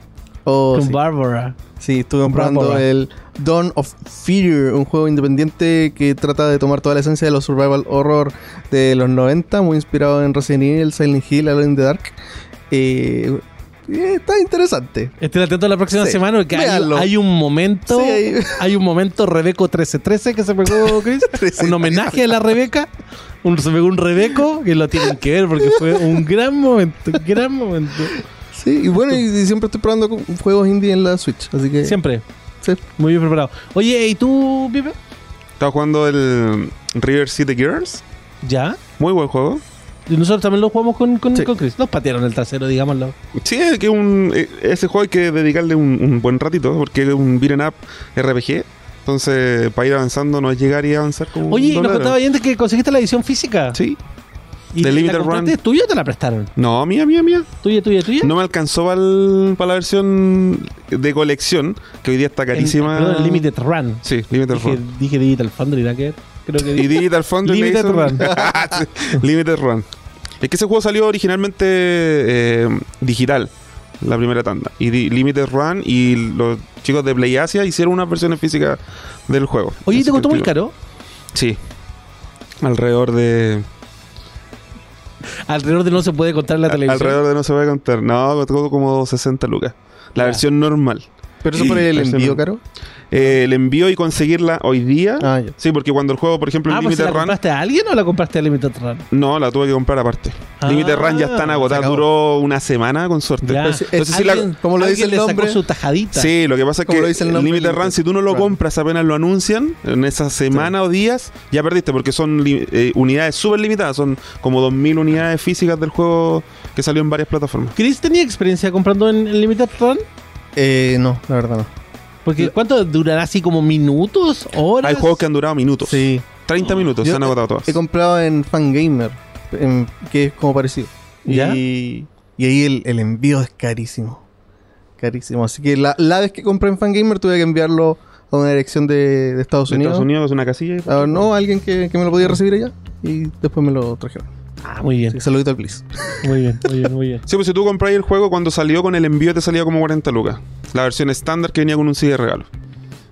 C: Oh,
A: con
C: sí.
A: Barbara.
C: Sí, estuve
A: Comprado
C: comprando
A: por-
C: el Dawn of Fear, un juego independiente que trata de tomar toda la esencia de los survival horror de los 90, muy inspirado en Resident Evil, Silent Hill, Alone in the Dark. Eh, eh, está interesante.
A: Estén atentos la próxima
C: Sí,
A: semana porque hay,
C: véanlo.
A: hay un momento,
C: Sí, [LAUGHS] hay-
A: hay un momento Rebeco 1313 que se
C: [LAUGHS]
A: pegó Chris, un homenaje a la Rebeca, un, se pegó un Rebeco que lo tienen que ver porque fue un gran momento, un gran momento.
C: Sí, y bueno, y, y siempre estoy probando con- juegos indie en la Switch, así que...
A: Siempre,
C: sí.
A: muy bien preparado. Oye, ¿y tú, Pipe?
B: Estaba jugando el River City Girls.
A: ¿Ya?
B: Muy buen juego.
A: Y Nosotros también lo jugamos con, con,
C: Sí.
A: con Chris. Nos patearon el trasero, digámoslo.
B: Sí, es que un, eh, ese juego hay que dedicarle un, un buen ratito, porque es un beat'em up RPG. Entonces, para ir avanzando, no es llegar y avanzar como. un
A: Oye, y nos
B: doblero.
A: contaba antes que conseguiste la edición física.
B: Sí.
A: ¿Y
B: The
A: te
B: Limited
A: la compraste
B: Run.
A: tuya o te la prestaron?
B: No, mía, mía, mía.
A: ¿Tuya, tuya, tuya?
B: No me alcanzó para la versión de colección, que hoy día está
A: El-
B: carísima.
A: perdón, el Limited Run.
B: Sí, Limited
A: Dije,
B: Run.
A: dije Digital Foundry, ¿verdad que? Creo que
B: Y
A: dije.
B: Digital Foundry le
A: Limited
B: hizo-
A: Run.
B: [LAUGHS] Sí, Limited Run. Es que ese juego salió originalmente eh, digital, la primera tanda. Y di- Limited Run y los chicos de Play Asia hicieron unas versiones físicas del juego.
A: Oye,
B: Así
A: ¿te
B: que
A: costó muy
B: el
A: caro?
B: primer- Sí. Alrededor de.
A: Alrededor de no se puede contar en la
B: a-
A: televisión.
B: alrededor de no se puede contar. No, costó como 60 lucas. La
A: Ya.
B: versión normal.
C: Pero eso
B: Y-
C: por el
B: versión
C: envío,
B: normal.
C: caro.
B: Eh, el envío y conseguirla hoy día.
C: Ah, ya.
B: Sí, porque cuando el juego, por ejemplo, el
A: Ah, pues ¿se
B: Limited
A: la
B: Run.
A: compraste a alguien o la compraste a Limited Run?
B: No, la tuve que comprar aparte.
A: Ah.
B: Limited Run ya están agotadas.
C: Se acabó.
B: Duró una semana con suerte.
A: Ya.
C: Entonces,
B: Entonces, sí la-
A: pues, eh, Alguien-
C: como lo
A: alguien
C: dice el
A: le sacó
C: nombre.
A: su tajadita.
B: Sí, lo que pasa es
C: eh, Como
B: que
C: lo dice el nombre,
B: Limited Run,
C: Limited
B: si tú no lo
C: Run.
B: compras apenas lo anuncian, en esa semana o días, ya perdiste, porque son li- eh, unidades súper limitadas, son como 2.000 unidades físicas del juego que salió en varias plataformas.
A: ¿Chris tenía experiencia comprando en, en Limited Run?
C: Eh, no, la verdad no.
A: Porque ¿cuánto durará así como minutos, horas?
B: Hay juegos que han durado minutos,
C: Sí.
B: 30 minutos,
C: Yo
B: se han agotado todas.
C: He comprado en Fangamer, en- que es como parecido.
A: ¿Ya?
C: Y, y ahí el, el envío es carísimo. Carísimo. Así que la, la vez que compré en Fangamer tuve que enviarlo a una dirección de, de Estados
B: De
C: Unidos.
B: Estados Unidos, una casilla. pues. y-
C: A- no, a alguien que, que me lo podía recibir allá. Y después me lo trajeron.
A: Ah, muy bien,
C: Así que saludito al Bliss.
A: muy bien, muy bien, muy bien.
B: Sí, pues si tú compras el juego, cuando salió con el envío te salía como 40 lucas. La versión estándar que venía con un CD de regalo.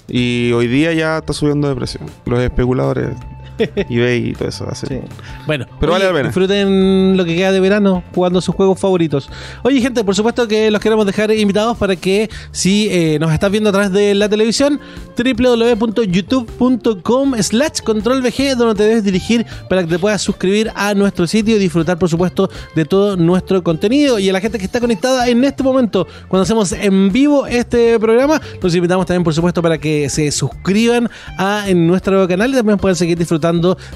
B: Y hoy día ya está subiendo de precio. Los especuladores,
C: [LAUGHS]
B: eBay y todo eso. Así.
C: Sí.
A: Bueno,
B: Pero vale la pena.
A: disfruten lo que queda de verano jugando sus juegos favoritos. Oye, gente, por supuesto que los queremos dejar invitados para que si eh, nos estás viendo a través de la televisión, www.youtube.com slash controlvg, donde te debes dirigir para que te puedas suscribir a nuestro sitio y disfrutar, por supuesto, de todo nuestro contenido. Y a la gente que está conectada en este momento, cuando hacemos en vivo este programa, los invitamos también, por supuesto, para que se suscriban a en nuestro canal y también puedan seguir disfrutando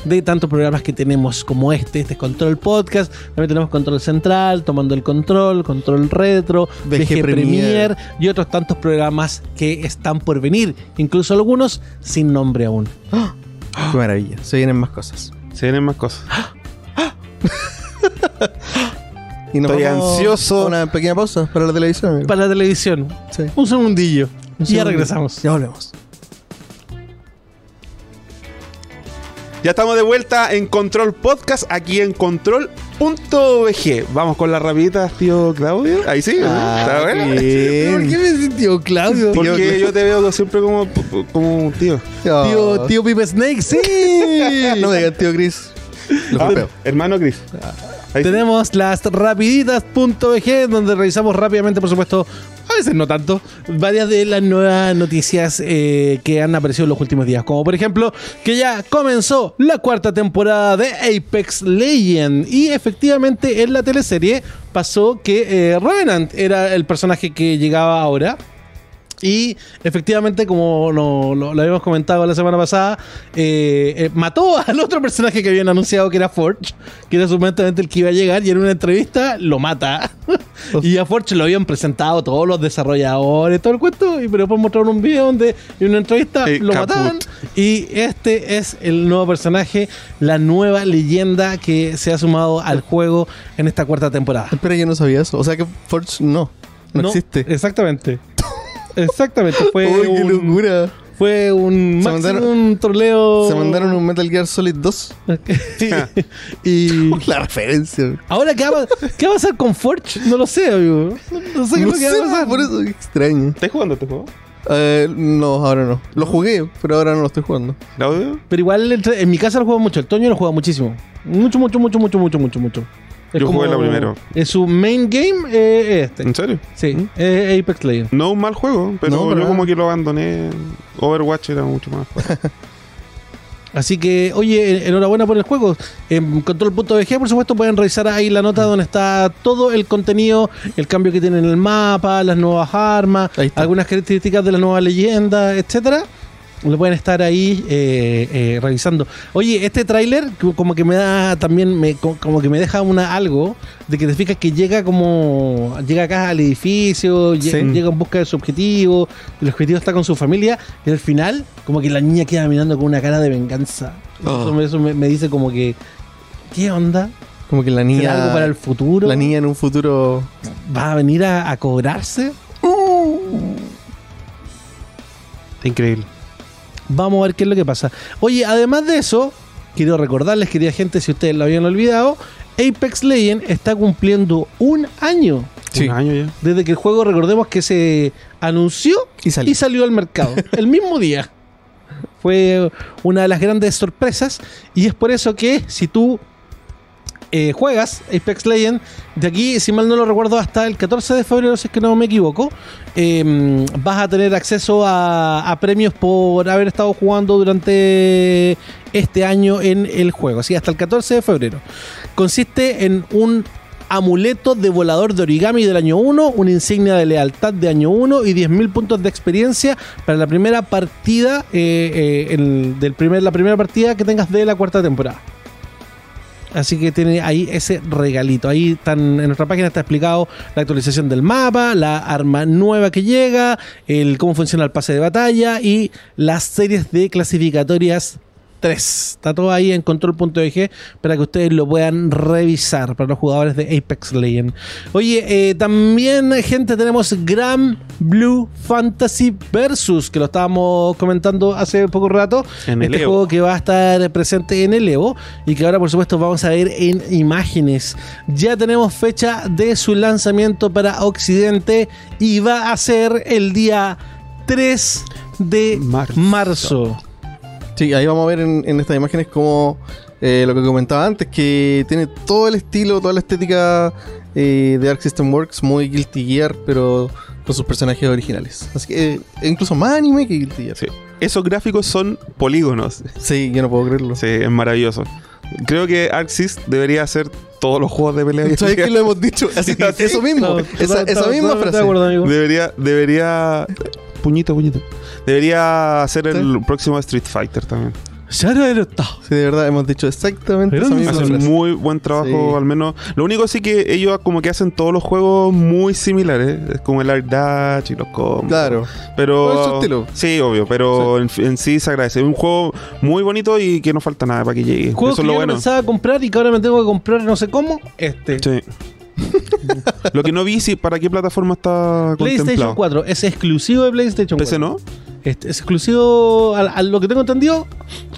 A: de tantos programas que tenemos como este, este es Control Podcast, también tenemos Control Central, Tomando el Control, Control Retro,
C: VG
A: VG Premier
C: Premier
A: y otros tantos programas que están por venir, incluso algunos sin nombre aún.
C: Qué maravilla. Se vienen más cosas.
B: Se vienen más cosas.
C: Y nos
B: Estoy
C: vamos
B: ansioso.
C: a Una pequeña pausa para la televisión. amigo.
A: Para la televisión,
C: Sí.
A: un segundillo
C: Un
A: y ya
C: segundo.
A: regresamos.
C: Ya volvemos.
B: Ya estamos de vuelta en Control Podcast, aquí en control.bg. Vamos con las rapiditas, tío Claudio. Ahí sí, ¿no? está bueno.
C: ¿Por Ah, qué me sintió Claudio?
B: Porque yo te veo siempre como, como un tío.
C: Oh.
A: Tío, tío Pipe Snake, sí. [LAUGHS]
C: [LAUGHS] no me digan tío Chris. Lo
B: Ah,
C: golpeo.
B: hermano Chris. Ahí sí.
A: Tenemos las rapiditas.bg donde revisamos rápidamente, por supuesto, a veces no tanto, varias de las nuevas noticias eh, que han aparecido en los últimos días. Como por ejemplo, que ya comenzó la cuarta temporada de Apex Legend. Y efectivamente en la teleserie pasó que eh, Revenant era el personaje que llegaba ahora. Y efectivamente, como lo, lo- lo habíamos comentado la semana pasada, eh, eh, mató al otro personaje que habían anunciado que era Forge, que era supuestamente el que iba a llegar, y en una entrevista lo mata. y a Forge lo habían presentado todos los desarrolladores, todo el cuento, y pero después mostraron un video donde en una entrevista
B: Eh,
A: lo
B: caput.
A: mataban. Y este es el nuevo personaje, la nueva leyenda que se ha sumado al juego en esta cuarta temporada.
C: Espera, yo no sabía eso. O sea que Forge no. No, existe.
A: Exactamente. Exactamente, eh, fue
C: [LAUGHS] Uy, qué
A: un-
C: locura.
A: fue un,
C: Se
A: máximo
C: mandaron-
A: un troleo.
C: Se mandaron un Metal Gear Solid 2.
A: [LAUGHS] y
C: [LAUGHS] La referencia.
A: ahora, ¿qué va, qué va a pasar con Forge? No lo sé, amigo. No, no sé qué es
C: No
A: lo que
C: sé,
A: va a pasar.
C: por eso qué extraño.
B: ¿Estás jugando este juego?
C: Eh, no, ahora no. Lo jugué, pero ahora no lo estoy jugando.
B: ¿Claudio?
A: Pero igual, entre- en mi casa lo juega mucho. El Toño lo juega muchísimo. Mucho, mucho, mucho, mucho, mucho, mucho, mucho. Es
B: Yo
A: como-
B: jugué la primero.
A: Es su main game eh, este.
C: Mm.
B: ¿En serio?
A: Sí, eh, Apex Legends.
B: No un mal juego, pero
C: No,
B: yo
C: para
B: como
C: nada.
B: que lo abandoné. Overwatch era mucho más fácil.
A: Así que, oye, en- enhorabuena por el juego. En control.bg, por supuesto, pueden revisar ahí la nota donde está todo el contenido, el cambio que tiene en el mapa, las nuevas armas,
C: Ahí está.
A: algunas características de la nueva leyenda, etcétera. Lo pueden estar ahí eh, eh, revisando. Oye, este tráiler co- como que me da también, me, co- como que me deja una algo de que te fijas que llega como, llega acá al edificio, lle-
C: Sí.
A: llega en busca de su objetivo, el objetivo está con su familia, y al final como que la niña queda mirando con una cara de venganza.
C: Oh.
A: Eso, me, eso me- me dice como que, ¿qué onda?
C: Como que la
A: ¿Será
C: niña.
A: algo para el futuro?
C: La niña en un futuro.
A: ¿Va a venir a, a cobrarse?
B: Increíble.
A: Vamos a ver qué es lo que pasa. Oye, además de eso, quiero recordarles, querida gente, si ustedes lo habían olvidado, Apex Legends está cumpliendo un año
C: Sí.
B: Un año ya.
A: desde que el juego, recordemos que se anunció
C: Y salió.
A: al mercado, el mismo día. [LAUGHS] Fue una de las grandes sorpresas y es por eso que si tú eh, juegas Apex Legends, de aquí, si mal no lo recuerdo, hasta el 14 de febrero, si es que no me equivoco, eh, vas a tener acceso a, a premios por haber estado jugando durante este año en el juego, así hasta el 14 de febrero. Consiste en un amuleto de volador de origami del año 1, una insignia de lealtad de año 1 y 10.000 puntos de experiencia para la primera partida, eh, eh, el- del primer, la primera partida que tengas de la cuarta temporada. Así que tiene ahí ese regalito. Ahí están, en nuestra página está explicado la actualización del mapa, la arma nueva que llega, el cómo funciona el pase de batalla y las series de clasificatorias 3. Está todo ahí en control.eg para que ustedes lo puedan revisar para los jugadores de Apex Legends. Oye, eh, también, gente, tenemos Gran Blue Fantasy Versus, que lo estábamos comentando hace poco rato.
B: En el
A: este
B: Evo.
A: juego que va a estar presente en el Evo y que ahora por supuesto vamos a ver en imágenes. Ya tenemos fecha de su lanzamiento para Occidente y va a ser el día 3 de marzo.
B: Marzo.
C: Sí, ahí vamos a ver en, en estas imágenes como eh, lo que comentaba antes, que tiene todo el estilo, toda la estética eh, de Arc System Works, muy Guilty Gear, pero con sus personajes originales. Así que, eh, incluso más anime que Guilty Gear.
B: Sí. Esos gráficos son polígonos.
C: Sí, yo no puedo creerlo.
B: Sí, es maravilloso. Creo que Arxis debería hacer todos los juegos de pelea.
C: [LAUGHS] ¿Sabes que lo
A: [LAUGHS]
C: hemos dicho? Así que
B: Así.
C: eso mismo,
A: No,
C: esa,
A: no,
C: esa
A: no,
C: misma
A: no, no te
C: frase.
A: acuerdo, amigo.
B: Debería, debería. Puñito, puñito. Debería hacer el
C: Sí.
B: próximo Street Fighter también.
A: Ya no está.
C: Sí, de verdad, hemos dicho exactamente
A: Pero
C: esa
A: no
C: misma
A: son
C: frase.
B: Hacen muy buen trabajo,
C: Sí.
B: al menos. Lo único sí que ellos como que hacen todos los juegos muy similares. Es como el Art Dash y los combos.
C: Claro.
B: Pero,
C: Por su estilo.
B: Sí, obvio, pero en, en sí se agradece. Es un juego muy bonito y que no falta nada para que llegue.
A: Juegos que
B: Eso es
A: yo
B: lo
A: no
B: bueno.
A: pensaba comprar y que ahora me tengo que comprar no sé cómo. Este.
B: Sí.
A: [LAUGHS]
B: lo que no vi si para qué plataforma está
A: PlayStation
B: contemplado.
A: 4 es exclusivo de PlayStation 4.
B: PC no?
A: Este, es exclusivo, a, a lo que tengo entendido,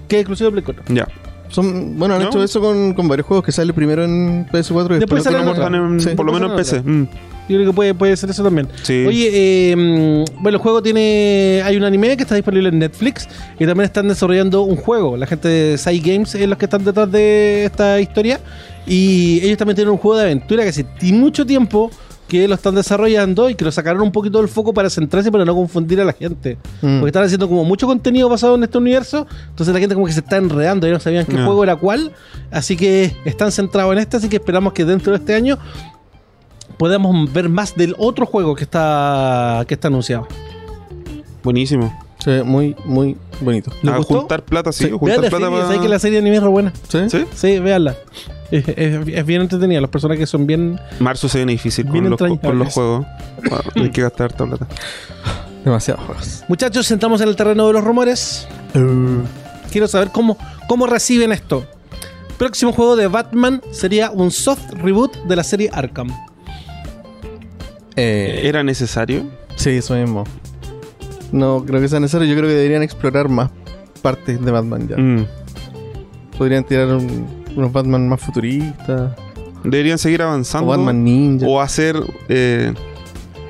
A: que es exclusivo de Play 4.
B: Ya.
C: Son, bueno, han
B: ¿No?
C: hecho eso con, con varios juegos que sale primero en PS4 y
A: Después
C: después,
A: sale
C: lo
A: en
C: tienen
A: otra.
B: Están
C: acá.
B: en-
C: Sí.
B: por lo menos en
A: Después
B: PC.
A: en Yo creo que puede, puede ser eso también.
B: mm, sí.
A: Oye, eh, mm, bueno, el juego tiene. Hay un anime que está disponible en Netflix y también están desarrollando un juego. La gente de Sai Games es los que están detrás de esta historia. Y ellos también tienen un juego de aventura que hace ti- mucho tiempo que lo están desarrollando y que lo sacaron un poquito del foco para centrarse y para no confundir a la gente.
C: Mm.
A: Porque están haciendo como mucho contenido basado en este universo, entonces la gente como que se está enredando, ya no sabían qué
B: Ah.
A: juego era cuál, así que están centrados en este, así que esperamos que dentro de este año podamos ver más del otro juego que está que está anunciado.
B: Buenísimo.
C: Se ve muy, muy bonito.
A: ¿Le
B: A
A: gustó?
B: juntar plata, sí.
A: Sí,
B: juntar
A: vean la
B: plata
A: serie,
B: para-
A: ¿sabes que la serie de anime es re buena.
C: ¿Sí?
B: ¿Sí?
A: Sí, véanla. Es, es- es bien entretenida, los personajes son bien
B: Marzo se viene difícil
A: Bien
B: con los, con
A: entrañables.
B: los juegos. Bueno, hay que gastar harta plata.
C: Demasiados juegos.
A: Muchachos, sentamos en el terreno de los rumores. Quiero saber cómo, cómo reciben esto. Próximo juego de Batman sería un soft reboot de la serie Arkham.
C: Eh,
B: ¿Era necesario?
C: sí, eso mismo. No creo que sea necesario. Yo creo que deberían explorar más partes de Batman ya.
B: Mm.
C: Podrían tirar un- unos Batman más futuristas.
B: Deberían Ah, seguir avanzando.
C: O Batman Ninja.
B: o hacer eh,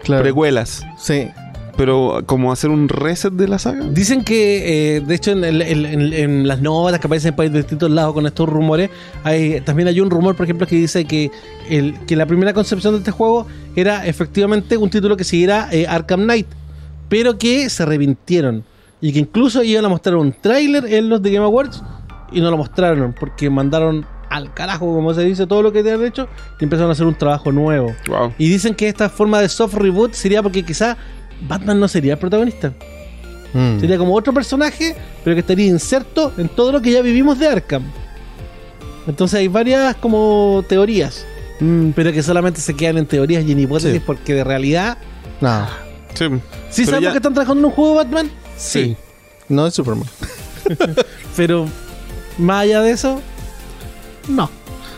C: claro.
B: precuelas.
C: Sí.
B: pero como hacer un reset de la saga.
A: Dicen que, eh, de hecho, en, el- en- en- en las notas que aparecen en distintos lados con estos rumores, hay, también hay un rumor, por ejemplo, que dice que, el, que la primera concepción de este juego era efectivamente un título que siguiera eh, Arkham Knight, pero que se revintieron y que incluso iban a mostrar un tráiler en los de Game Awards y no lo mostraron porque mandaron al carajo, como se dice, todo lo que tenían hecho y empezaron a hacer un trabajo nuevo.
B: Wow.
A: Y dicen que esta forma de soft reboot sería porque quizá Batman no sería el protagonista.
C: Mm.
A: Sería como otro personaje, pero que estaría inserto en todo lo que ya vivimos de Arkham. Entonces hay varias como teorías, pero que solamente se quedan en teorías y en hipótesis
C: Sí.
A: porque de realidad...
C: No,
B: Sí.
A: Sí
B: Pero
A: sabemos
B: ya-
A: que están trabajando en un juego de Batman, sí,
B: Sí.
C: no es Superman.
A: pero más allá de eso, no.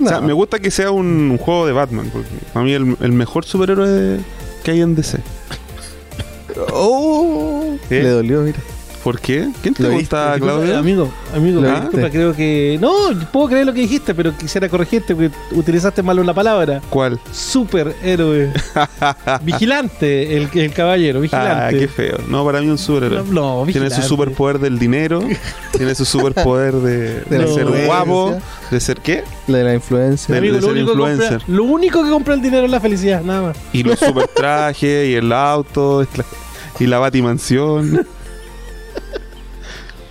B: O sea,
C: No.
B: me gusta que sea un, un juego de Batman, porque para mí el, el mejor superhéroe que hay en DC.
C: Oh,
B: ¿Eh?
C: Le dolió, mira.
B: ¿Por qué? ¿Quién te
C: Lo
B: gusta,
A: Disculpa,
B: Claudio?
A: Eh, Amigo, amigo,
B: ¿Lo
A: disculpa,
C: viste?
A: creo que... No, puedo creer lo que dijiste, pero quisiera corregirte porque utilizaste mal una palabra.
B: ¿Cuál?
A: Superhéroe. vigilante, el, el caballero,
B: Ah,
A: vigilante.
B: qué feo. No, para mí un superhéroe.
A: No,
B: Tiene su
A: vigilante.
B: superpoder del dinero, tiene su superpoder de, de
C: la
B: ser
C: influencia.
B: guapo, de ser qué?
C: La de la influencia.
B: Del-
A: Amigo,
B: de
A: lo,
B: ser
A: único que compra,
B: influencer.
A: lo único que compra el dinero es la felicidad, nada más.
B: Y los super trajes, y el auto, es la- y la batimansión.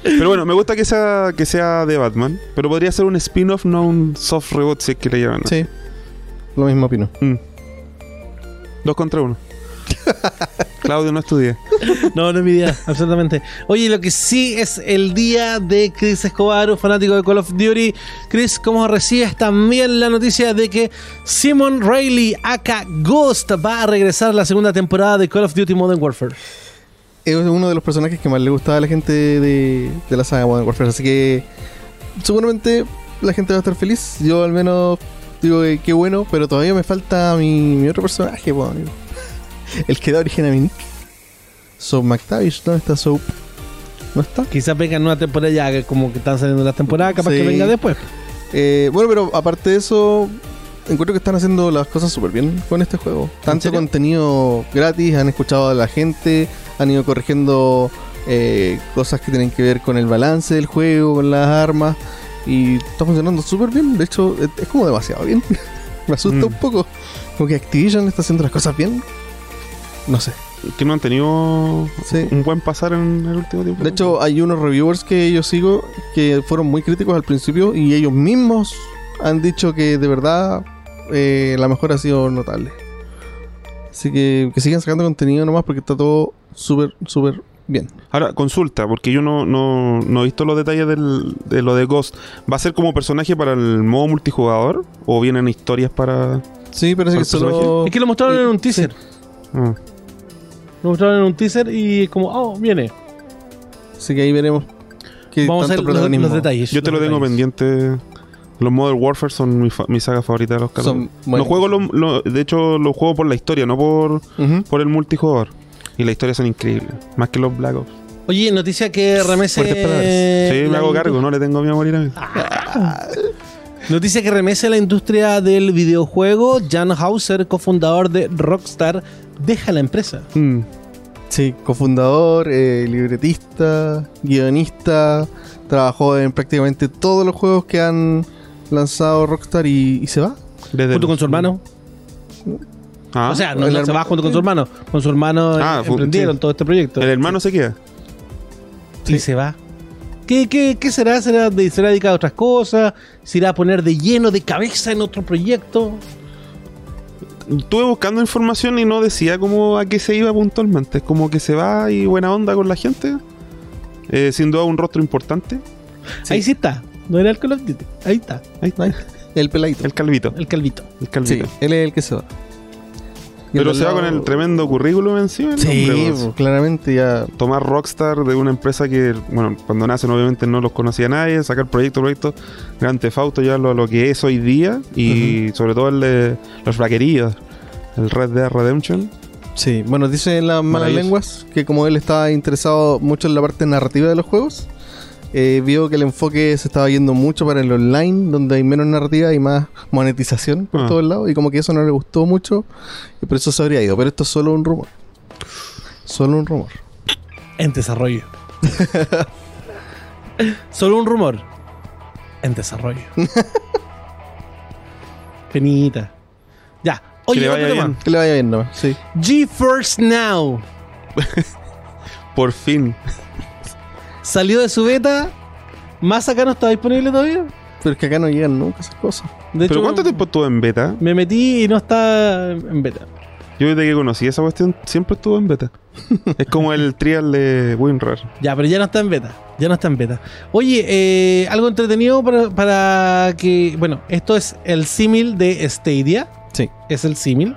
B: Pero bueno, me gusta que sea, que sea de Batman. Pero podría ser un spin-off, no un soft reboot, si es que le llaman. ¿no?
C: Sí, lo mismo opino.
B: Mm. Dos contra uno. Claudio no estudia.
A: No, no es mi
B: [LAUGHS]
A: idea, absolutamente. Oye, lo que sí es el día de Chris Escobar, un fanático de Call of Duty. Chris, ¿cómo recibes también la noticia de que Simon Riley, aka Ghost, va a regresar a la segunda temporada de Call of Duty Modern Warfare?
C: Es uno de los personajes que más le gustaba a la gente de, de la saga Modern Warfare, así que seguramente la gente va a estar feliz. Yo al menos digo que qué bueno, pero todavía me falta mi, mi otro personaje, po, amigo. [LAUGHS] El que da origen a mi nick. Soap McTavish, ¿dónde está Soap? ¿No está?
A: Quizás venga en una temporada ya, que como que están saliendo las temporadas, capaz
C: Sí.
A: que venga después.
C: Eh, bueno, pero aparte de eso, encuentro que están haciendo las cosas súper bien con este juego. Tanto
A: serio?
C: contenido gratis, han escuchado a la gente, han ido corrigiendo eh, cosas que tienen que ver con el balance del juego, con las armas, y está funcionando súper bien. De hecho, es- es como demasiado bien. [LAUGHS] Me asusta
B: Mm.
C: un poco. Como que Activision está haciendo las cosas bien. No sé.
B: Que no han tenido
C: Sí.
B: un buen pasar en el último tiempo.
C: De hecho, hay unos reviewers que yo sigo que fueron muy críticos al principio y ellos mismos han dicho que de verdad eh, la mejora ha sido notable. Así que que sigan sacando contenido nomás porque está todo súper, súper bien.
B: Ahora, consulta, porque yo no, no, no he visto los detalles del- de lo de Ghost. ¿Va a ser como personaje para el modo multijugador? ¿O vienen historias para.?
C: Sí, parece
B: ¿Para el
C: que
B: personaje?
C: solo...
A: Es que lo mostraron en un
C: Sí.
A: teaser.
B: Ah,
A: Lo mostraron en un teaser y como, oh, viene.
C: Así que ahí veremos qué
A: Vamos a ver
C: tanto
A: los,
C: protagonismo
A: los detalles.
B: yo te lo
A: los
B: tengo
A: detalles.
B: pendiente. Los Modern Warfare son mi, fa- mi saga favorita de los
C: Son
B: canales. Los
C: buenos.
B: juego, lo- lo- de hecho, los juego por la historia, no por,
C: Ujú.
B: por el multijugador. Y las historias son increíbles. Más que los Black Ops.
A: Oye, noticia que remece.
C: Fuertes palabras.
B: Sí, me
A: Eh, la Ah,
B: hago
A: indu-
B: cargo, no le tengo miedo a morir a mí.
A: Noticia que remece la industria del videojuego. Jan Hauser, cofundador de Rockstar, deja la empresa.
B: Mm.
C: Sí, cofundador, eh, libretista, guionista, trabajó en prácticamente todos los juegos que han lanzado Rockstar y, y se va.
B: Desde
A: Junto
B: el-
A: con su hermano.
B: Ah,
A: o sea, no,
C: el
A: no se
C: herma-
A: va junto con su hermano. Con su hermano eh,
B: Ah, fu-
A: emprendieron
B: sí.
A: todo este proyecto.
B: el hermano se queda.
A: Y se va. ¿Qué, qué, qué será? ¿Será de- ¿Será dedicado a otras cosas? ¿Se irá a poner de lleno de cabeza en otro proyecto?
B: Estuve buscando información y no decía como a qué se iba puntualmente. Es como que se va y buena onda con la gente. Eh, sin duda un rostro importante.
C: Sí.
A: Ahí sí está. No era el Call of Duty. Ahí está.
B: Ahí está, ahí está.
C: El peladito.
B: El calvito.
A: El calvito.
B: El
C: Sí,
B: calvito.
C: él es el que se va. Y
B: Pero
C: al
B: se va
C: lado-
B: con el tremendo currículum encima. el hombre,
C: Sí,
B: pues.
C: pues, claramente ya.
B: Tomar Rockstar de una empresa que, bueno, cuando nacen obviamente no los conocía nadie, sacar proyecto, proyecto, Gran Tefauto, ya lo, lo que es hoy día, y sobre todo el de los vaqueríos, el Red Dead Redemption.
C: Sí, bueno, dicen las malas
B: Maravilloso.
C: lenguas que como él estaba interesado mucho en la parte narrativa de los juegos, eh, vio que el enfoque se estaba yendo mucho para el online, donde hay menos narrativa y más monetización por
B: Ah.
C: todos lados, y como que eso no le gustó mucho, y por eso se habría ido. Pero esto es solo un rumor. Solo un rumor.
A: en
B: [LAUGHS]
A: desarrollo. Solo un rumor en
B: [LAUGHS]
A: desarrollo. Penita. Ya.
B: le
A: Oye,
B: vaya
A: otro tema.
B: bien.
C: Que le vaya bien nomás, sí.
A: GeForce Now
B: Por fin.
A: salió de su beta. Más acá no está disponible todavía.
C: Pero es que acá no llegan nunca esas cosas.
A: De
B: ¿Pero
A: hecho,
B: cuánto tiempo estuvo en beta?
A: Me metí y no está en beta.
B: Yo desde que conocí esa cuestión siempre estuvo
A: [LAUGHS]
B: en beta. es como el trial de WinRAR.
A: Ya, pero ya no está en beta. Ya no está en beta. Oye, eh, algo entretenido para, para que. Bueno, esto es el símil de Stadia.
C: Sí.
A: Es el símil.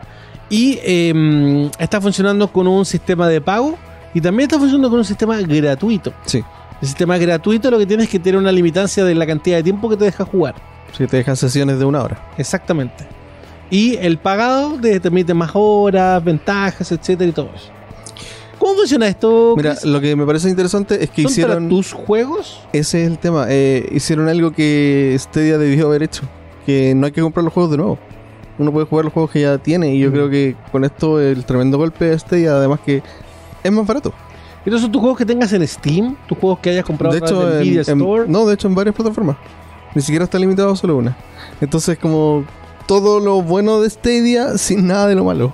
A: Y eh, está funcionando con un sistema de pago. Y también está funcionando con un sistema gratuito.
C: Sí.
A: El sistema gratuito lo que tienes es que tiene una limitancia de la cantidad de tiempo que te deja jugar.
C: Si te dejan sesiones de una hora.
A: Exactamente. Y el pagado te permite más horas, ventajas, etcétera y todo eso. ¿Cómo funciona esto?
C: Mira,
A: Chris?
C: lo que me parece interesante es que
A: ¿Son
C: hicieron.
A: para tus juegos?
C: Ese es el tema. eh, hicieron algo que Stadia debió haber hecho. Que no hay que comprar los juegos de nuevo. Uno puede jugar los juegos que ya tiene. Y yo
A: Mm.
C: creo que con esto el tremendo golpe de Stadia, además que es más barato.
A: ¿Y ¿Esos son tus juegos que tengas en Steam? ¿Tus juegos que hayas comprado
C: de
A: a través
C: hecho,
A: de
C: en-
A: Nvidia
C: en-
A: Store?
C: no, de hecho en varias plataformas. Ni siquiera está limitado a solo una. Entonces como todo lo bueno de Stadia sin nada de lo malo.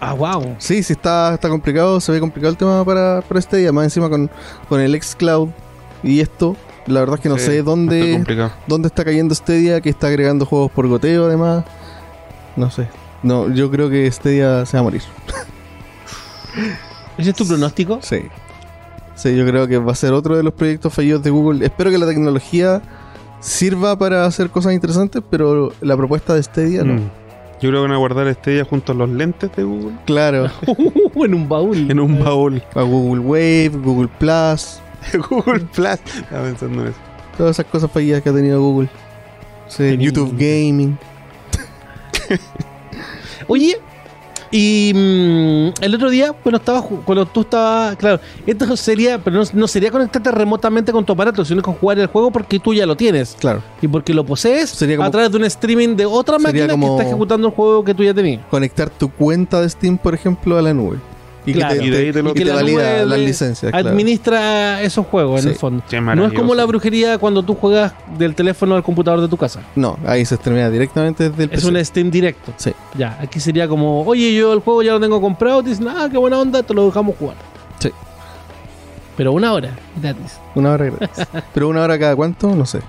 A: Ah, wow.
C: Sí, sí está, está complicado, se ve complicado el tema para, para Stadia, más encima con, con el xCloud y esto. La verdad es que no
B: Sí,
C: sé
B: Está
C: dónde,
B: complicado.
C: dónde está cayendo Stadia, que está agregando juegos por goteo además. No sé. No, yo creo que Stadia se va a morir.
A: ¿Ese es tu pronóstico? [LAUGHS]
C: Sí. Sí, yo creo que va a ser otro de los proyectos fallidos de Google. Espero que la tecnología sirva para hacer cosas interesantes, pero la propuesta de Stadia no.
B: Mm. Yo creo que van a guardar Estrella junto a los lentes de Google [LAUGHS]
C: Claro,
A: Uh, en un baúl.
B: en
A: [LAUGHS]
B: un baúl.
C: a Google Wave, Google Plus,
B: Google Plus. Estaba pensando en eso.
C: todas esas cosas fallidas que ha tenido Google. Sí,
A: Tenido.
C: YouTube Gaming.
A: Oye, y mm, el otro día, bueno, estaba ju- cuando tú estabas, claro, esto sería, pero no, no sería conectarte remotamente con tu aparato, sino con jugar el juego porque tú ya lo tienes
C: Claro,
A: y porque lo posees
C: Sería como-
A: a través de un streaming de otra
C: Sería
A: máquina
C: como-
A: que está ejecutando el juego que tú ya tenías.
C: conectar tu cuenta de Steam, por ejemplo, a la nube. Y
A: Claro.
C: que te,
B: Y de ahí
C: te-
B: te lo-
C: y te
A: que la
C: valida
A: nube
C: las
A: de-
C: licencias. claro.
A: Administra esos juegos
C: Sí.
A: en el fondo.
B: Qué
A: No es como
B: maravilloso.
A: la brujería cuando tú juegas del teléfono al computador de tu casa.
C: No, ahí se termina directamente desde el
A: Es
C: PC.
A: un Steam directo.
C: Sí.
A: Ya, aquí sería como, oye, yo el juego ya lo tengo comprado, te dicen, ah, qué buena onda, te lo dejamos jugar.
C: Sí.
A: Pero una hora, gratis.
C: Una hora
A: [LAUGHS]
C: gratis. Pero una hora cada cuánto, no sé.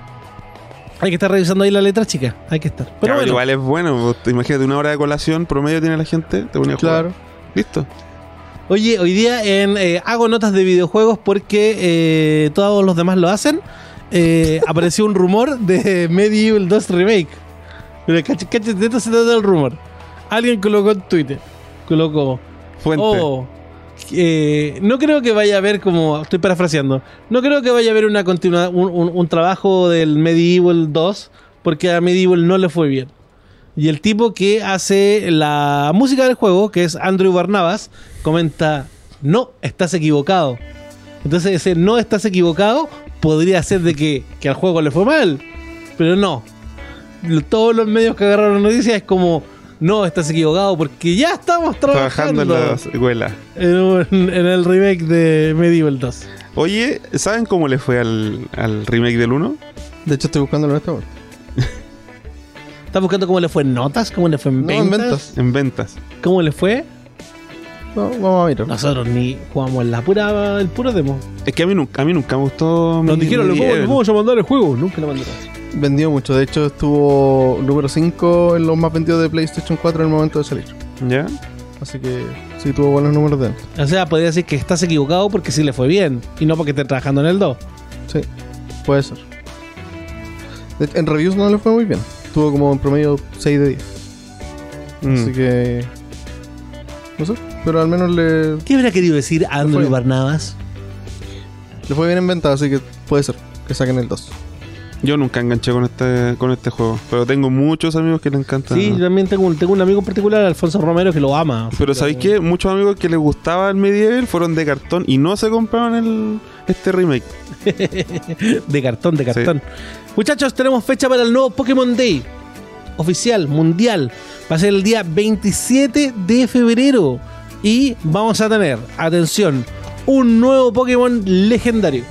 A: Hay que estar revisando ahí la letra, chica. Hay que estar. Pero
B: Ya, pero
A: bueno,
B: igual es bueno. vos te- Imagínate, una hora de colación promedio tiene la gente. Te ponía a jugar.
C: Claro.
B: Listo.
A: Oye, hoy día en, eh, hago notas de videojuegos porque eh, todos los demás lo hacen. Eh, [LAUGHS] apareció un rumor de Medieval 2 Remake. Pero cacha- cacha, de esto se trata el rumor. Alguien colocó en Twitter. Colocó.
B: Fuente.
A: Oh, eh, no creo que vaya a haber como. Estoy parafraseando. No creo que vaya a haber una continua, un, un- un trabajo del Medieval 2. Porque a Medieval no le fue bien. Y el tipo que hace la música del juego, que es Andrew Barnabas, comenta: No, estás equivocado. Entonces, ese no estás equivocado podría ser de que, que al juego le fue mal. Pero no. Lo- Todos los medios que agarraron noticias es como: No, estás equivocado porque ya estamos trabajando,
B: Trabajando en la escuela.
A: en, un- en el remake de Medieval 2.
B: Oye, ¿saben cómo le fue al, al remake del 1?
C: De hecho, estoy buscando en este momento.
A: ¿Estás buscando cómo le fue en notas? ¿Cómo le fue en
C: No, en
A: ventas?
C: ventas.
B: En ventas.
A: ¿Cómo le fue?
C: No, vamos a mirar.
A: Nosotros ni jugamos la pura, el puro demo.
B: Es que a mí, nunca- a mí nunca me gustó.
A: Nos
B: mi-
A: dijeron,
B: mi
A: lo vamos,
B: Evil.
A: lo vamos a mandar el juego. Nunca lo mandaron.
C: Vendió mucho. De hecho, estuvo número 5 en los más vendidos de PlayStation 4 en el momento de salir.
B: ¿Ya?
C: Así que sí tuvo buenos números de ventas.
A: O sea, podría decir que estás equivocado porque sí le fue bien y no porque esté trabajando en el 2.
C: Sí, puede ser. De- En reviews no le fue muy bien. Tuvo como en promedio 6 de 10. Así
B: Mm.
C: que. No sé. Pero al menos le,
A: ¿Qué habrá querido decir
C: fue
A: Andrew
C: bien.
A: Barnabas?
C: le fue bien en venta, así que puede ser que saquen el 2.
B: Yo nunca enganché con este, con este juego. Pero tengo muchos amigos que le encantan.
A: Sí, yo también tengo un, tengo un amigo en particular, Alfonso Romero, que lo ama.
B: Pero ¿sabéis qué? Muchos amigos que les gustaba el Medieval fueron de cartón y no se compraron el, este remake.
A: De cartón, de cartón. Muchachos, tenemos fecha para el nuevo Pokémon Day. Oficial, mundial. Va a ser el día 27 de febrero. Y vamos a tener, atención, un nuevo Pokémon legendario.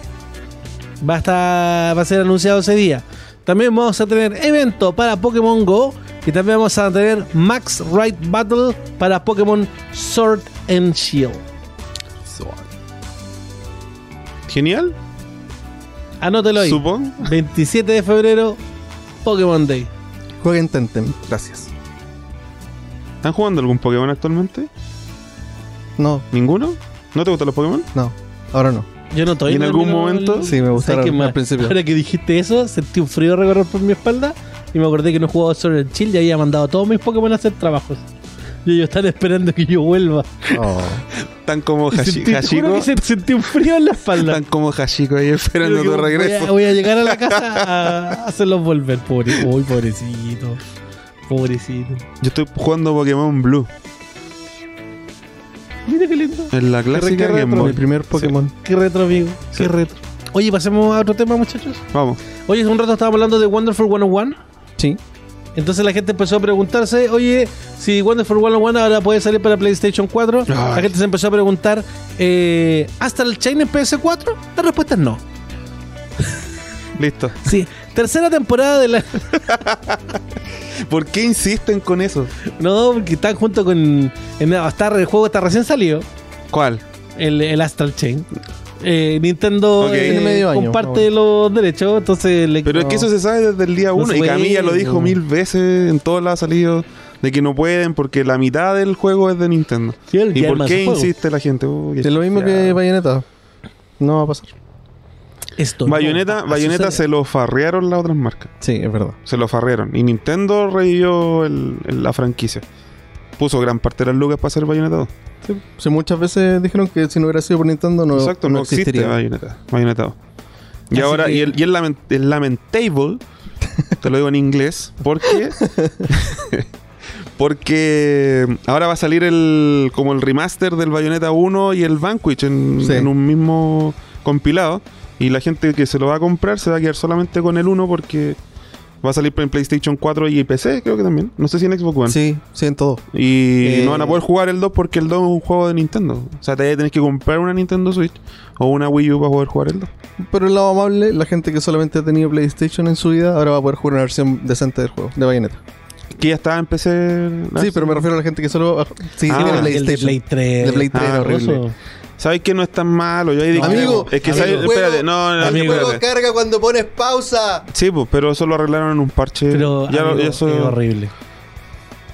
A: Va a, estar- va a ser anunciado ese día. También vamos a tener evento para Pokémon Go. Y también vamos a tener Max Right Battle para Pokémon Sword and Shield.
B: Genial,
A: Anótelo ahí.
B: supongo.
A: 27 de febrero, Pokémon Day.
C: Jueguen Tenten, gracias.
B: ¿Están jugando algún Pokémon actualmente?
C: No,
B: ¿Ninguno? ¿No te gustan los Pokémon?
C: no, ahora no.
A: Yo no estoy
B: ¿Y en algún
A: el-
B: momento?
C: Sí, me gustaron
A: ¿Sabes qué
C: al
A: más?
C: principio.
A: Ahora que dijiste eso, sentí un frío recorrer por mi espalda y me acordé que no jugaba Sword and Shield y había mandado a todos mis Pokémon a hacer trabajos. Y ellos están esperando que yo vuelva.
C: [LAUGHS]
B: Tan como
A: Y
B: Hashi-
A: sentí, te juro
B: Hashiko.
A: que se- sentí un frío en la espalda.
B: Tan como Hashiko ahí esperando
A: Creo que
B: tu
A: voy a- Voy a,
B: regreso.
A: llegar a
B: [LAUGHS]
A: la casa a hacerlos volver. Pobre, uy, pobrecito. Pobrecito.
B: Yo estoy jugando Pokémon Blue.
A: Mira qué lindo.
B: En la
A: rica
B: clásica Game
A: retro.
C: Mi
B: Boy.
C: primer Pokémon.
A: Qué retro, amigo.
B: Sí.
A: Qué retro. Oye, pasemos a otro tema, muchachos.
B: Vamos.
A: Oye, hace un rato estábamos hablando de Wonderful 101.
C: Sí.
A: Entonces la gente empezó a preguntarse, oye, si Wonderful 101 ahora puede salir para PlayStation 4, la
B: Ay.
A: gente se empezó a preguntar, eh, ¿hasta el Chain en PS4? La respuesta es no.
B: Listo.
A: Sí, tercera temporada de la... [LAUGHS]
B: ¿Por qué insisten con eso?
A: No, porque están junto con... en- está- el juego está recién salido,
B: ¿Cuál?
A: el, el Astral Chain. Eh, Nintendo
B: Ok.
A: eh,
B: Tiene
C: medio año,
A: comparte los derechos, entonces le...
B: Pero es que
A: no.
B: eso se sabe desde el día uno. y
A: sé.
B: Camilla lo dijo mil veces en todas las salidas de que no pueden porque la mitad del juego es de Nintendo.
A: Sí, el
B: ¿Y
A: que
B: por
A: arma
B: qué
A: su juego.
B: insiste la gente? Uy, qué
C: Es lo mismo que
B: chateada.
C: Bayonetta. No va a pasar.
A: Esto no va
B: Bayonetta,
A: a
B: Bayonetta se
A: suceder.
B: lo farrearon las otras marcas.
C: Sí, es verdad.
B: Se lo farrearon. Y Nintendo revivió el- el- la franquicia. Puso gran parte de las lucas para hacer Bayonetta 2.
C: Sí. Sí, muchas veces dijeron que si no hubiera sido por Nintendo no,
B: Exacto, no, existe
C: existiría.
B: Bayonetta, Bayonetta 2. Y
A: Así
B: ahora,
A: que-
B: y, el, y el lamen- el lamentable, te lo digo en inglés, porque. [LAUGHS] porque ahora va a salir el como el remaster del Bayonetta 1 y el Vanquish en,
C: Sí.
B: en un mismo compilado. Y la gente que se lo va a comprar se va a quedar solamente con el 1 porque va a salir en PlayStation 4 y PC, creo que también. No sé si en Xbox One.
C: Sí, sí, en todo.
B: Y
C: Eh,
B: no van a poder jugar el 2 porque el 2 es un juego de Nintendo. O sea, te tenés que comprar una Nintendo Switch o una Wii U para poder jugar el 2.
C: Pero el lado amable, la gente que solamente ha tenido PlayStation en su vida, ahora va a poder jugar una versión decente del juego, de Bayonetta.
B: Que ya estaba en PC. ¿no?
C: Sí, pero me refiero a la gente que solo... Sí,
B: Ah,
C: tiene
B: el de
A: El de
C: PlayStation.
A: Play 3.
C: De Play 3
B: era
C: horrible.
A: Eso.
B: ¿Sabes que no es tan malo? Yo ahí dije,
C: Amigo,
B: es que
A: amigo.
B: sale- espérate, no, no,
A: El
B: amigo,
A: juego
B: espérate.
C: carga cuando pones pausa.
B: Sí, pues, pero eso lo arreglaron en un parche.
A: Pero
B: ya lo-
A: amigo,
B: ya eso-
A: es horrible.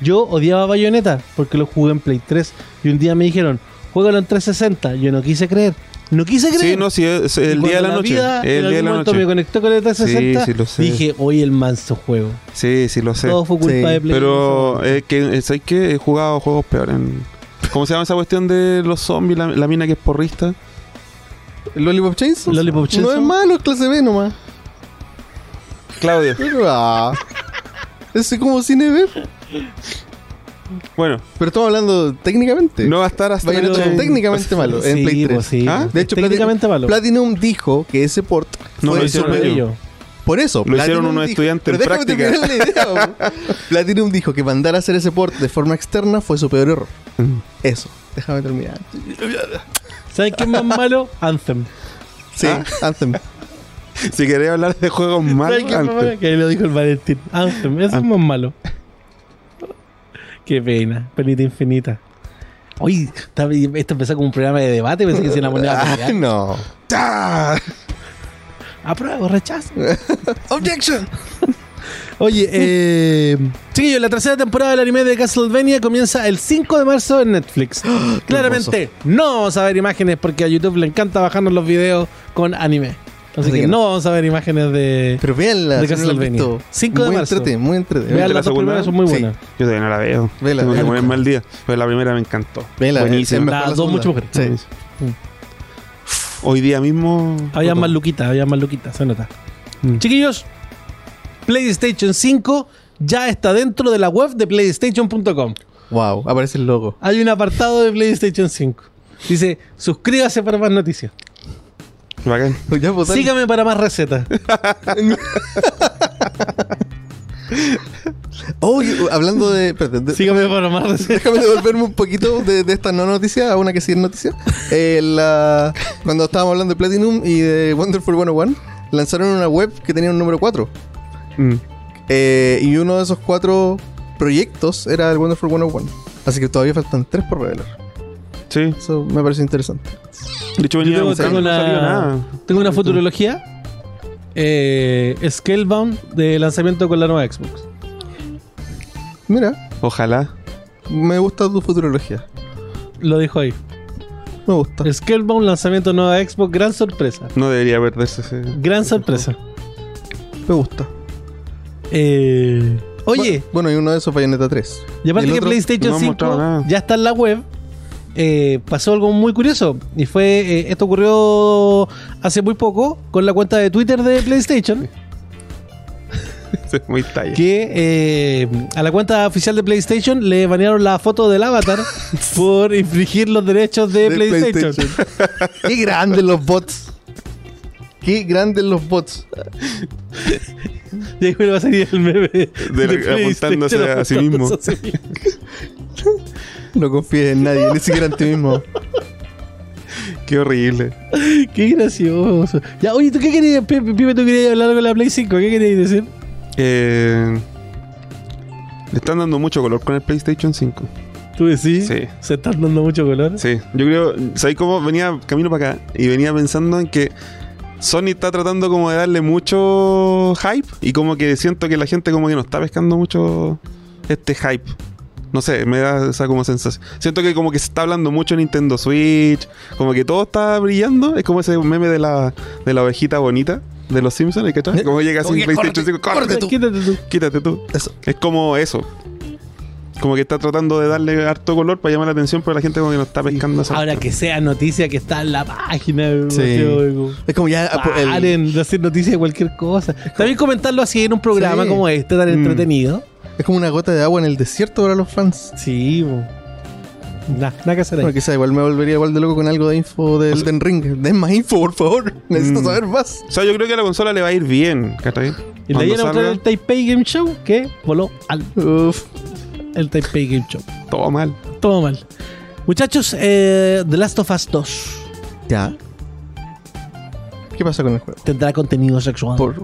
A: Yo odiaba Bayonetta porque lo jugué en Play 3 y un día me dijeron, juégalo en 360. Yo no quise creer. No quise creer.
B: Sí, no, sí, es
A: Y
B: el
A: cuando
B: día de la noche.
A: vida, en
B: el
A: algún
B: día de la
A: momento
B: noche.
A: me conectó con el 360.
B: Sí, sí, lo sé.
A: Dije, hoy el manso juego.
B: Sí, sí, lo sé.
A: Todo fue culpa
C: Sí,
A: de Play
B: Pero eh, que, eh, ¿sabes qué? He jugado juegos peores. en- ¿Cómo se llama esa cuestión de los zombies? La, la mina que es porrista.
C: ¿Lollipop Chainsaw?
A: Lollipop
C: No
A: Chainsaw.
C: es malo, es clase B nomás.
B: Claudio.
C: Pero, ah, es como cine ver.
B: Bueno,
C: Pero estamos hablando técnicamente.
B: no Este, va a estar hasta
C: Bayonetta
B: la noche.
C: es técnicamente malo en
A: Sí,
C: Play 3.
A: pues, sí,
B: ¿Ah?
A: pues,
C: De hecho,
A: técnicamente malo.
C: Platinum dijo que ese port
B: No,
C: fue
B: lo hicieron
C: sobre-
B: ellos.
C: Por eso.
B: Lo hicieron
C: Platinum
B: unos
C: dijo-
B: estudiantes en
C: Pero déjame
B: práctica.
C: terminar la idea,
B: [LAUGHS]
C: po. Platinum dijo que mandar a hacer ese port de forma externa fue su peor error.
B: Mm.
C: Eso. Déjame terminar.
A: ¿Sabes qué es más malo? Anthem.
C: Sí,
B: Ah.
C: Anthem.
B: [LAUGHS] [LAUGHS] Si queréis hablar de juegos malos,
A: ¿Sabes qué es más malo?
B: antes.
A: Que lo dijo el Valentín. Anthem, eso es más malo. Qué pena, penita infinita. Oye, está- esto empezó como un programa de debate, pensé que se la [LAUGHS] moneda.
C: Ah, no.
B: ¡Ah!
A: Apruebo, rechazo.
C: Objection.
A: [LAUGHS] Oye, eh, chiquillos, la tercera temporada del anime de Castlevania comienza el 5 de marzo en [GASPS] Netflix. Claramente no vamos a ver imágenes porque a YouTube le encanta bajarnos los videos con anime. Así
C: Así
A: que
C: que
A: no vamos a ver imágenes de...
C: Pero véanla.
A: De
C: si no la han
A: Castlevania.
C: visto.
A: 5 de
C: muy
A: marzo.
C: entrete, muy entrete.
A: Vean
B: la
A: las dos
B: segunda?
A: primeras, son muy
C: Sí.
A: buenas.
B: Yo todavía no la veo.
C: Vela,
B: Tengo que
C: vela.
B: ponerme al día. Pero la primera me encantó.
C: Véanla,
B: Buenísima.
C: es mejor
A: Las
C: la
A: dos
C: segunda.
A: mucho mejor.
C: Sí.
B: Hoy día mismo.
A: Había
B: Otro.
A: Ah, más luquitas, había más luquitas, se nota.
B: Mm.
A: Chiquillos, PlayStation 5 ya está dentro de la web de PlayStation.com.
C: Wow, aparece el [LAUGHS] logo.
A: Hay un apartado de PlayStation 5. Dice, suscríbase para más noticias.
B: Bacán.
C: Ya, pues,
B: [LAUGHS]
C: dale.
A: Sígame para más recetas.
C: Oh, y- hablando de. espérate, de-
A: Sígame para más.
C: Déjame devolverme un poquito de, de esta no noticia a una que sí es noticia. Eh, la- cuando estábamos hablando de Platinum y de Wonderful 101, lanzaron una web que tenía un número 4.
B: Mm.
C: Eh, y uno de esos cuatro proyectos era el Wonderful 101. Así que todavía faltan tres por revelar.
B: Sí.
C: Eso me parece interesante.
B: De hecho, venía
A: Yo tengo,
B: buscando
A: tengo
B: y no salió
A: una,
B: nada.
A: tengo una futurología. Eh, Scalebound de lanzamiento con la nueva Xbox.
C: Mira,
B: Ojalá.
C: me gusta tu futurología.
A: Lo dijo ahí.
C: Me gusta.
A: Scalebound, lanzamiento nueva Xbox, gran sorpresa.
B: No debería perderse ese. [LAUGHS]
A: Gran sorpresa.
C: Me gusta.
A: Eh, oye,
C: Bu- Bueno, y uno de esos Bayonetta 3.
A: y aparte
C: el
A: que
C: otro
A: PlayStation
B: no han
A: 5
B: mostrado nada.
A: ya está en la web, eh, pasó algo muy curioso. Y fue, eh, esto ocurrió hace muy poco con la cuenta de Twitter de PlayStation.
B: ese es muy talla.
A: que eh, a la cuenta oficial de PlayStation le banearon la foto del
B: [LAUGHS]
A: avatar por infringir los derechos de,
C: De
A: PlayStation.
C: [LAUGHS] Qué grandes los bots. Qué grandes los bots.
A: [LAUGHS] Y ahí me va a salir el meme de,
B: apuntándose
A: PlayStation
B: a sí mismo.
A: apuntándose a sí mismo. [LAUGHS]
C: No confíes en nadie, ni siquiera en ti mismo.
B: Qué horrible.
A: Qué gracioso. Ya, oye, ¿tú qué querías, Pe- Pe- Pipe? ¿Tú querías hablar con la Play 5? ¿Qué querías decir?
B: Eh, le están dando mucho color con el PlayStation 5.
A: ¿Tú decís?
B: Sí.
A: Se están dando mucho color.
B: Sí, yo creo, ¿sabéis cómo venía camino para acá? Y venía pensando en que Sony está tratando como de darle mucho hype y como que siento que la gente como que no está pescando mucho este hype. No sé, me da esa como sensación. Siento que como que se está hablando mucho Nintendo Switch, como que todo está brillando. Es como ese meme de la, de la ovejita bonita de los Simpsons, ¿cachai? ¿Eh? Como llega así
C: Oye,
B: PlayStation
C: córrete,
B: 5, "Córrete tú,
A: Quítate tú.
B: quítate tú.
C: Eso.
B: Es como eso. Como que está tratando de darle harto color para llamar la atención, pero la gente como que no está pescando esa
A: Ahora que sea noticia que está en la página. me
C: Sí.
A: emociono.
C: Es
A: [LAUGHS]
C: como ya. ah, por el-
A: Paren de hacer noticias de cualquier cosa. También comentarlo así en un programa
C: Sí.
A: como este, tan
B: Mm.
A: entretenido.
C: es como una gota de agua en el desierto para los fans.
A: Sí, bo. Nah, nada que hacer ahí.
C: Bueno, quizá igual me volvería igual de loco con algo de info del Elden Ring. Den más info, por favor. Necesito
B: Mm.
C: saber más.
B: O sea, yo creo que a la consola le va a ir bien,
A: Y
B: ¿cachai?
A: le
B: Cuando
A: iban a mostrar
B: salga,
A: el Taipei Game Show que voló al
C: Uf.
A: el Taipei Game Show.
B: todo mal.
A: Todo mal. Muchachos, eh, The Last of Us 2
C: Ya. ¿Qué pasa con el juego?
A: tendrá contenido sexual.
C: Por...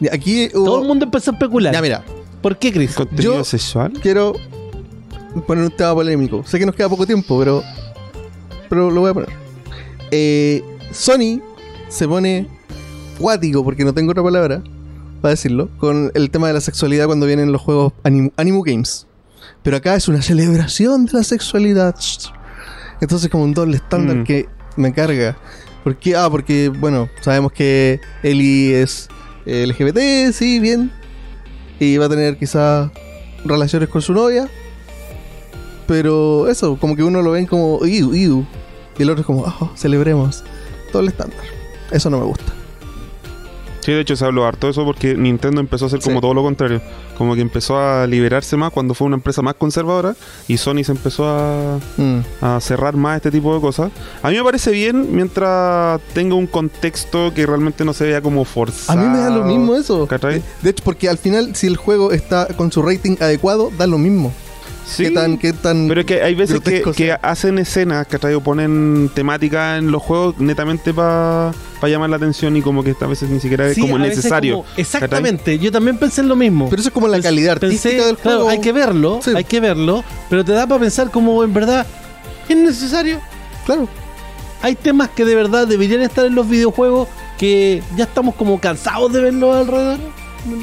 C: Y Aquí hubo-
A: Todo el mundo empezó a especular.
C: Ya, mira.
A: ¿Por qué, Chris?
B: ¿Contenido
C: Yo-
B: sexual?
C: Quiero poner un tema polémico. Sé que nos queda poco tiempo, pero. Pero lo voy a poner. Eh, Sony se pone cuático, porque no tengo otra palabra para decirlo, con el tema de la sexualidad cuando vienen los juegos anim- Animu Games. Pero acá es una celebración de la sexualidad. Entonces, como un doble estándar
B: Mm.
C: que me carga. ¿Por qué? Ah, porque, bueno, sabemos que Eli es LGBT, sí, bien. Y va a tener quizás relaciones con su novia. Pero eso, como que uno lo ven como iu, iu. Y el otro es como, oh, celebremos. Doble estándar. Eso no me gusta.
B: Sí, de hecho se habló harto de eso porque Nintendo empezó a hacer como
C: Sí.
B: todo lo contrario. Como que empezó a liberarse más cuando fue una empresa más conservadora y Sony se empezó a,
C: Mm.
B: a cerrar más este tipo de cosas. A mí me parece bien mientras tenga un contexto que realmente no se vea como
C: A
B: forzado.
C: mí me da lo mismo ¿eh? eso.
B: ¿Cachai?
C: De, de hecho, porque al final, si el juego está con su rating adecuado, da lo mismo.
B: Sí.
C: ¿Qué tan, qué tan
B: Pero es que hay veces que,
C: grotesco
B: que
A: ¿eh?
C: sea.
B: hacen escenas, ¿cachai? O ponen temática en los juegos netamente para llamar la atención y como que a veces ni siquiera
C: eh,
B: es
A: Sí,
B: como
A: a veces
B: necesario.
A: como- exactamente. Yo también pensé en lo mismo.
C: Pero eso es como la
A: Pens-
C: calidad artística
A: pensé-
C: del
A: claro,
C: juego.
A: hay que verlo,
C: Sí.
A: hay que verlo. Pero te da para pensar como en verdad es necesario.
C: Claro.
A: hay temas que de verdad deberían estar en los videojuegos que ya estamos como cansados de verlos alrededor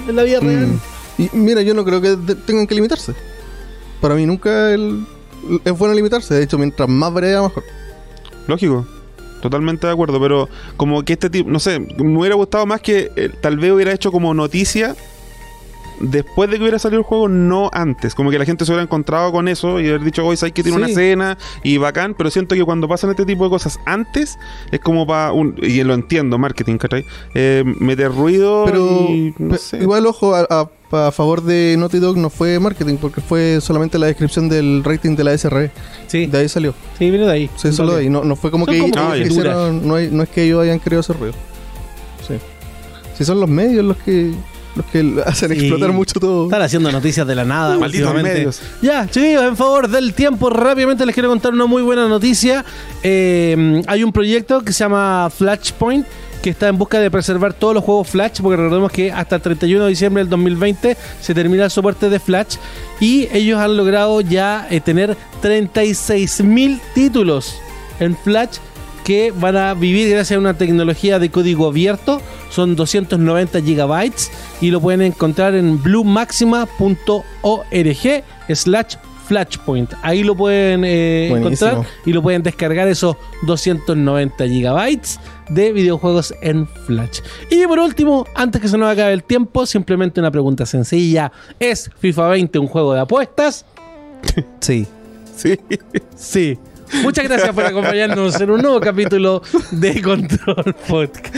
A: en la vida
C: Mm.
A: real.
C: Y mira, yo no creo que de- tengan que limitarse. Para mí nunca el- es bueno limitarse. De hecho, mientras más variedad, mejor.
B: Lógico. Totalmente de acuerdo, pero como que este tipo, no sé, me hubiera gustado más que eh, tal vez hubiera hecho como noticia después de que hubiera salido el juego, no antes. Como que la gente se hubiera encontrado con eso y haber dicho, hoy sabes que tiene
C: Sí.
B: una escena y bacán, pero siento que cuando pasan este tipo de cosas antes, es como para un. Y lo entiendo, marketing, ¿cachai? Eh, meter ruido,
C: Pero
B: y, no
C: pe-
B: sé.
C: igual, ojo, a, a- a favor de Naughty Dog no fue marketing, porque fue solamente la descripción del rating de la SRE.
A: Sí,
C: De ahí salió.
A: sí, viene de ahí.
C: Sí, solo de ahí. No, no fue como
A: Son
C: que,
A: como
C: ellos
B: Ah, ya.
C: hicieron- no, hay- no es que ellos hayan querido hacer ruido. Sí. Si son los medios los que los que [LAUGHS] hacen
A: Sí.
C: explotar mucho
A: [LAUGHS]
C: todo.
A: Están haciendo noticias de la nada.
B: Malditos
A: últimamente.
B: medios.
A: Ya, chicos, en favor del tiempo, rápidamente les quiero contar una muy buena noticia. Eh, hay un proyecto que se llama Flashpoint que está en busca de preservar todos los juegos Flash, porque recordemos que hasta el 31 de diciembre del 2020 se termina el soporte de Flash y ellos han logrado ya eh, tener 36.000 títulos en Flash que van a vivir gracias a una tecnología de código abierto. Son 290 gigabytes y lo pueden encontrar en bluemaxima.org slash flashpoint. Ahí lo pueden eh,
C: Buenísimo.
A: encontrar y lo pueden descargar esos 290 gigabytes de videojuegos en Flash. Y por último, antes que se nos acabe el tiempo, simplemente una pregunta sencilla. ¿Es FIFA 20 un juego de apuestas?
C: [LAUGHS] Sí.
B: [LAUGHS] Sí.
A: Sí. Muchas gracias por acompañarnos en un nuevo capítulo de Control Podcast.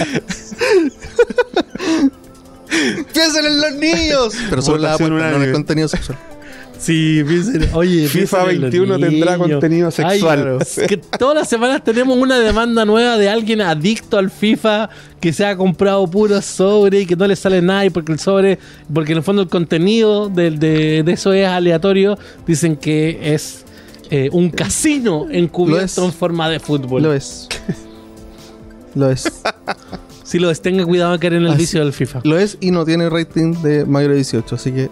C: ¡Piensen en los niños! [LAUGHS] Pero solo la
B: Votación
C: apuesta, no en el
B: unánime.
A: [LAUGHS]
C: contenido sexual.
A: Sí, piensen, oye,
B: FIFA
A: piensen en los
B: 21 tendrá
A: niños.
B: contenido sexual.
A: Ay, que todas las semanas tenemos una demanda nueva de alguien adicto al FIFA que se ha comprado puro sobre y que no le sale nada y porque el sobre, porque en el fondo el contenido del- de, de eso es aleatorio, dicen que es eh, un casino
C: Lo es.
A: encubierto en forma de fútbol.
C: Lo es. Lo
A: [LAUGHS]
C: es.
A: Si lo es, tenga cuidado de caer en el
C: Así-
A: vicio del FIFA.
C: Lo es y no tiene rating de mayor de 18, así que. eh,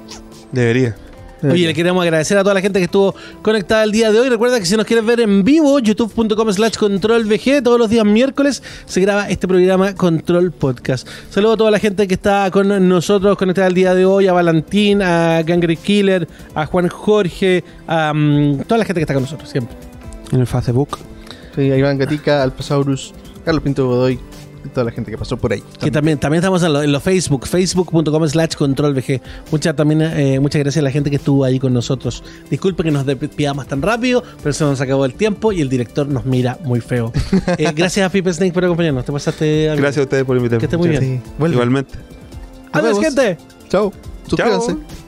B: Debería.
A: Oye, le queremos agradecer a toda la gente que estuvo conectada el día de hoy. Recuerda que si nos quieres ver en vivo, youtube.com slash controlvg, todos los días miércoles se graba este programa Control Podcast. Saludo a toda la gente que está con nosotros conectada el día de hoy, a Valentín, a Gangre Killer, a Juan Jorge, a mm, toda la gente que está con nosotros siempre.
B: En el Facebook.
C: Sí, a Iván Gatica, Alpasaurus, Carlos Pinto Godoy y toda la gente que pasó por ahí.
A: Que también, también estamos en los Facebook, facebook.com slash controlvg. Muchas también, eh, muchas gracias a la gente que estuvo ahí con nosotros. Disculpe que nos despidamos tan rápido, pero se nos acabó el tiempo y el director nos mira muy
C: [LAUGHS]
A: feo. Eh, gracias a Pipe Snake por acompañarnos. Te pasaste amigo.
B: Gracias a ustedes por invitarme.
A: Que esté muy bien.
C: Sí, vuelve.
B: Igualmente.
A: Adiós,
C: Nos vemos.
A: gente.
C: Chao.
B: Chao.
C: Suscríbanse.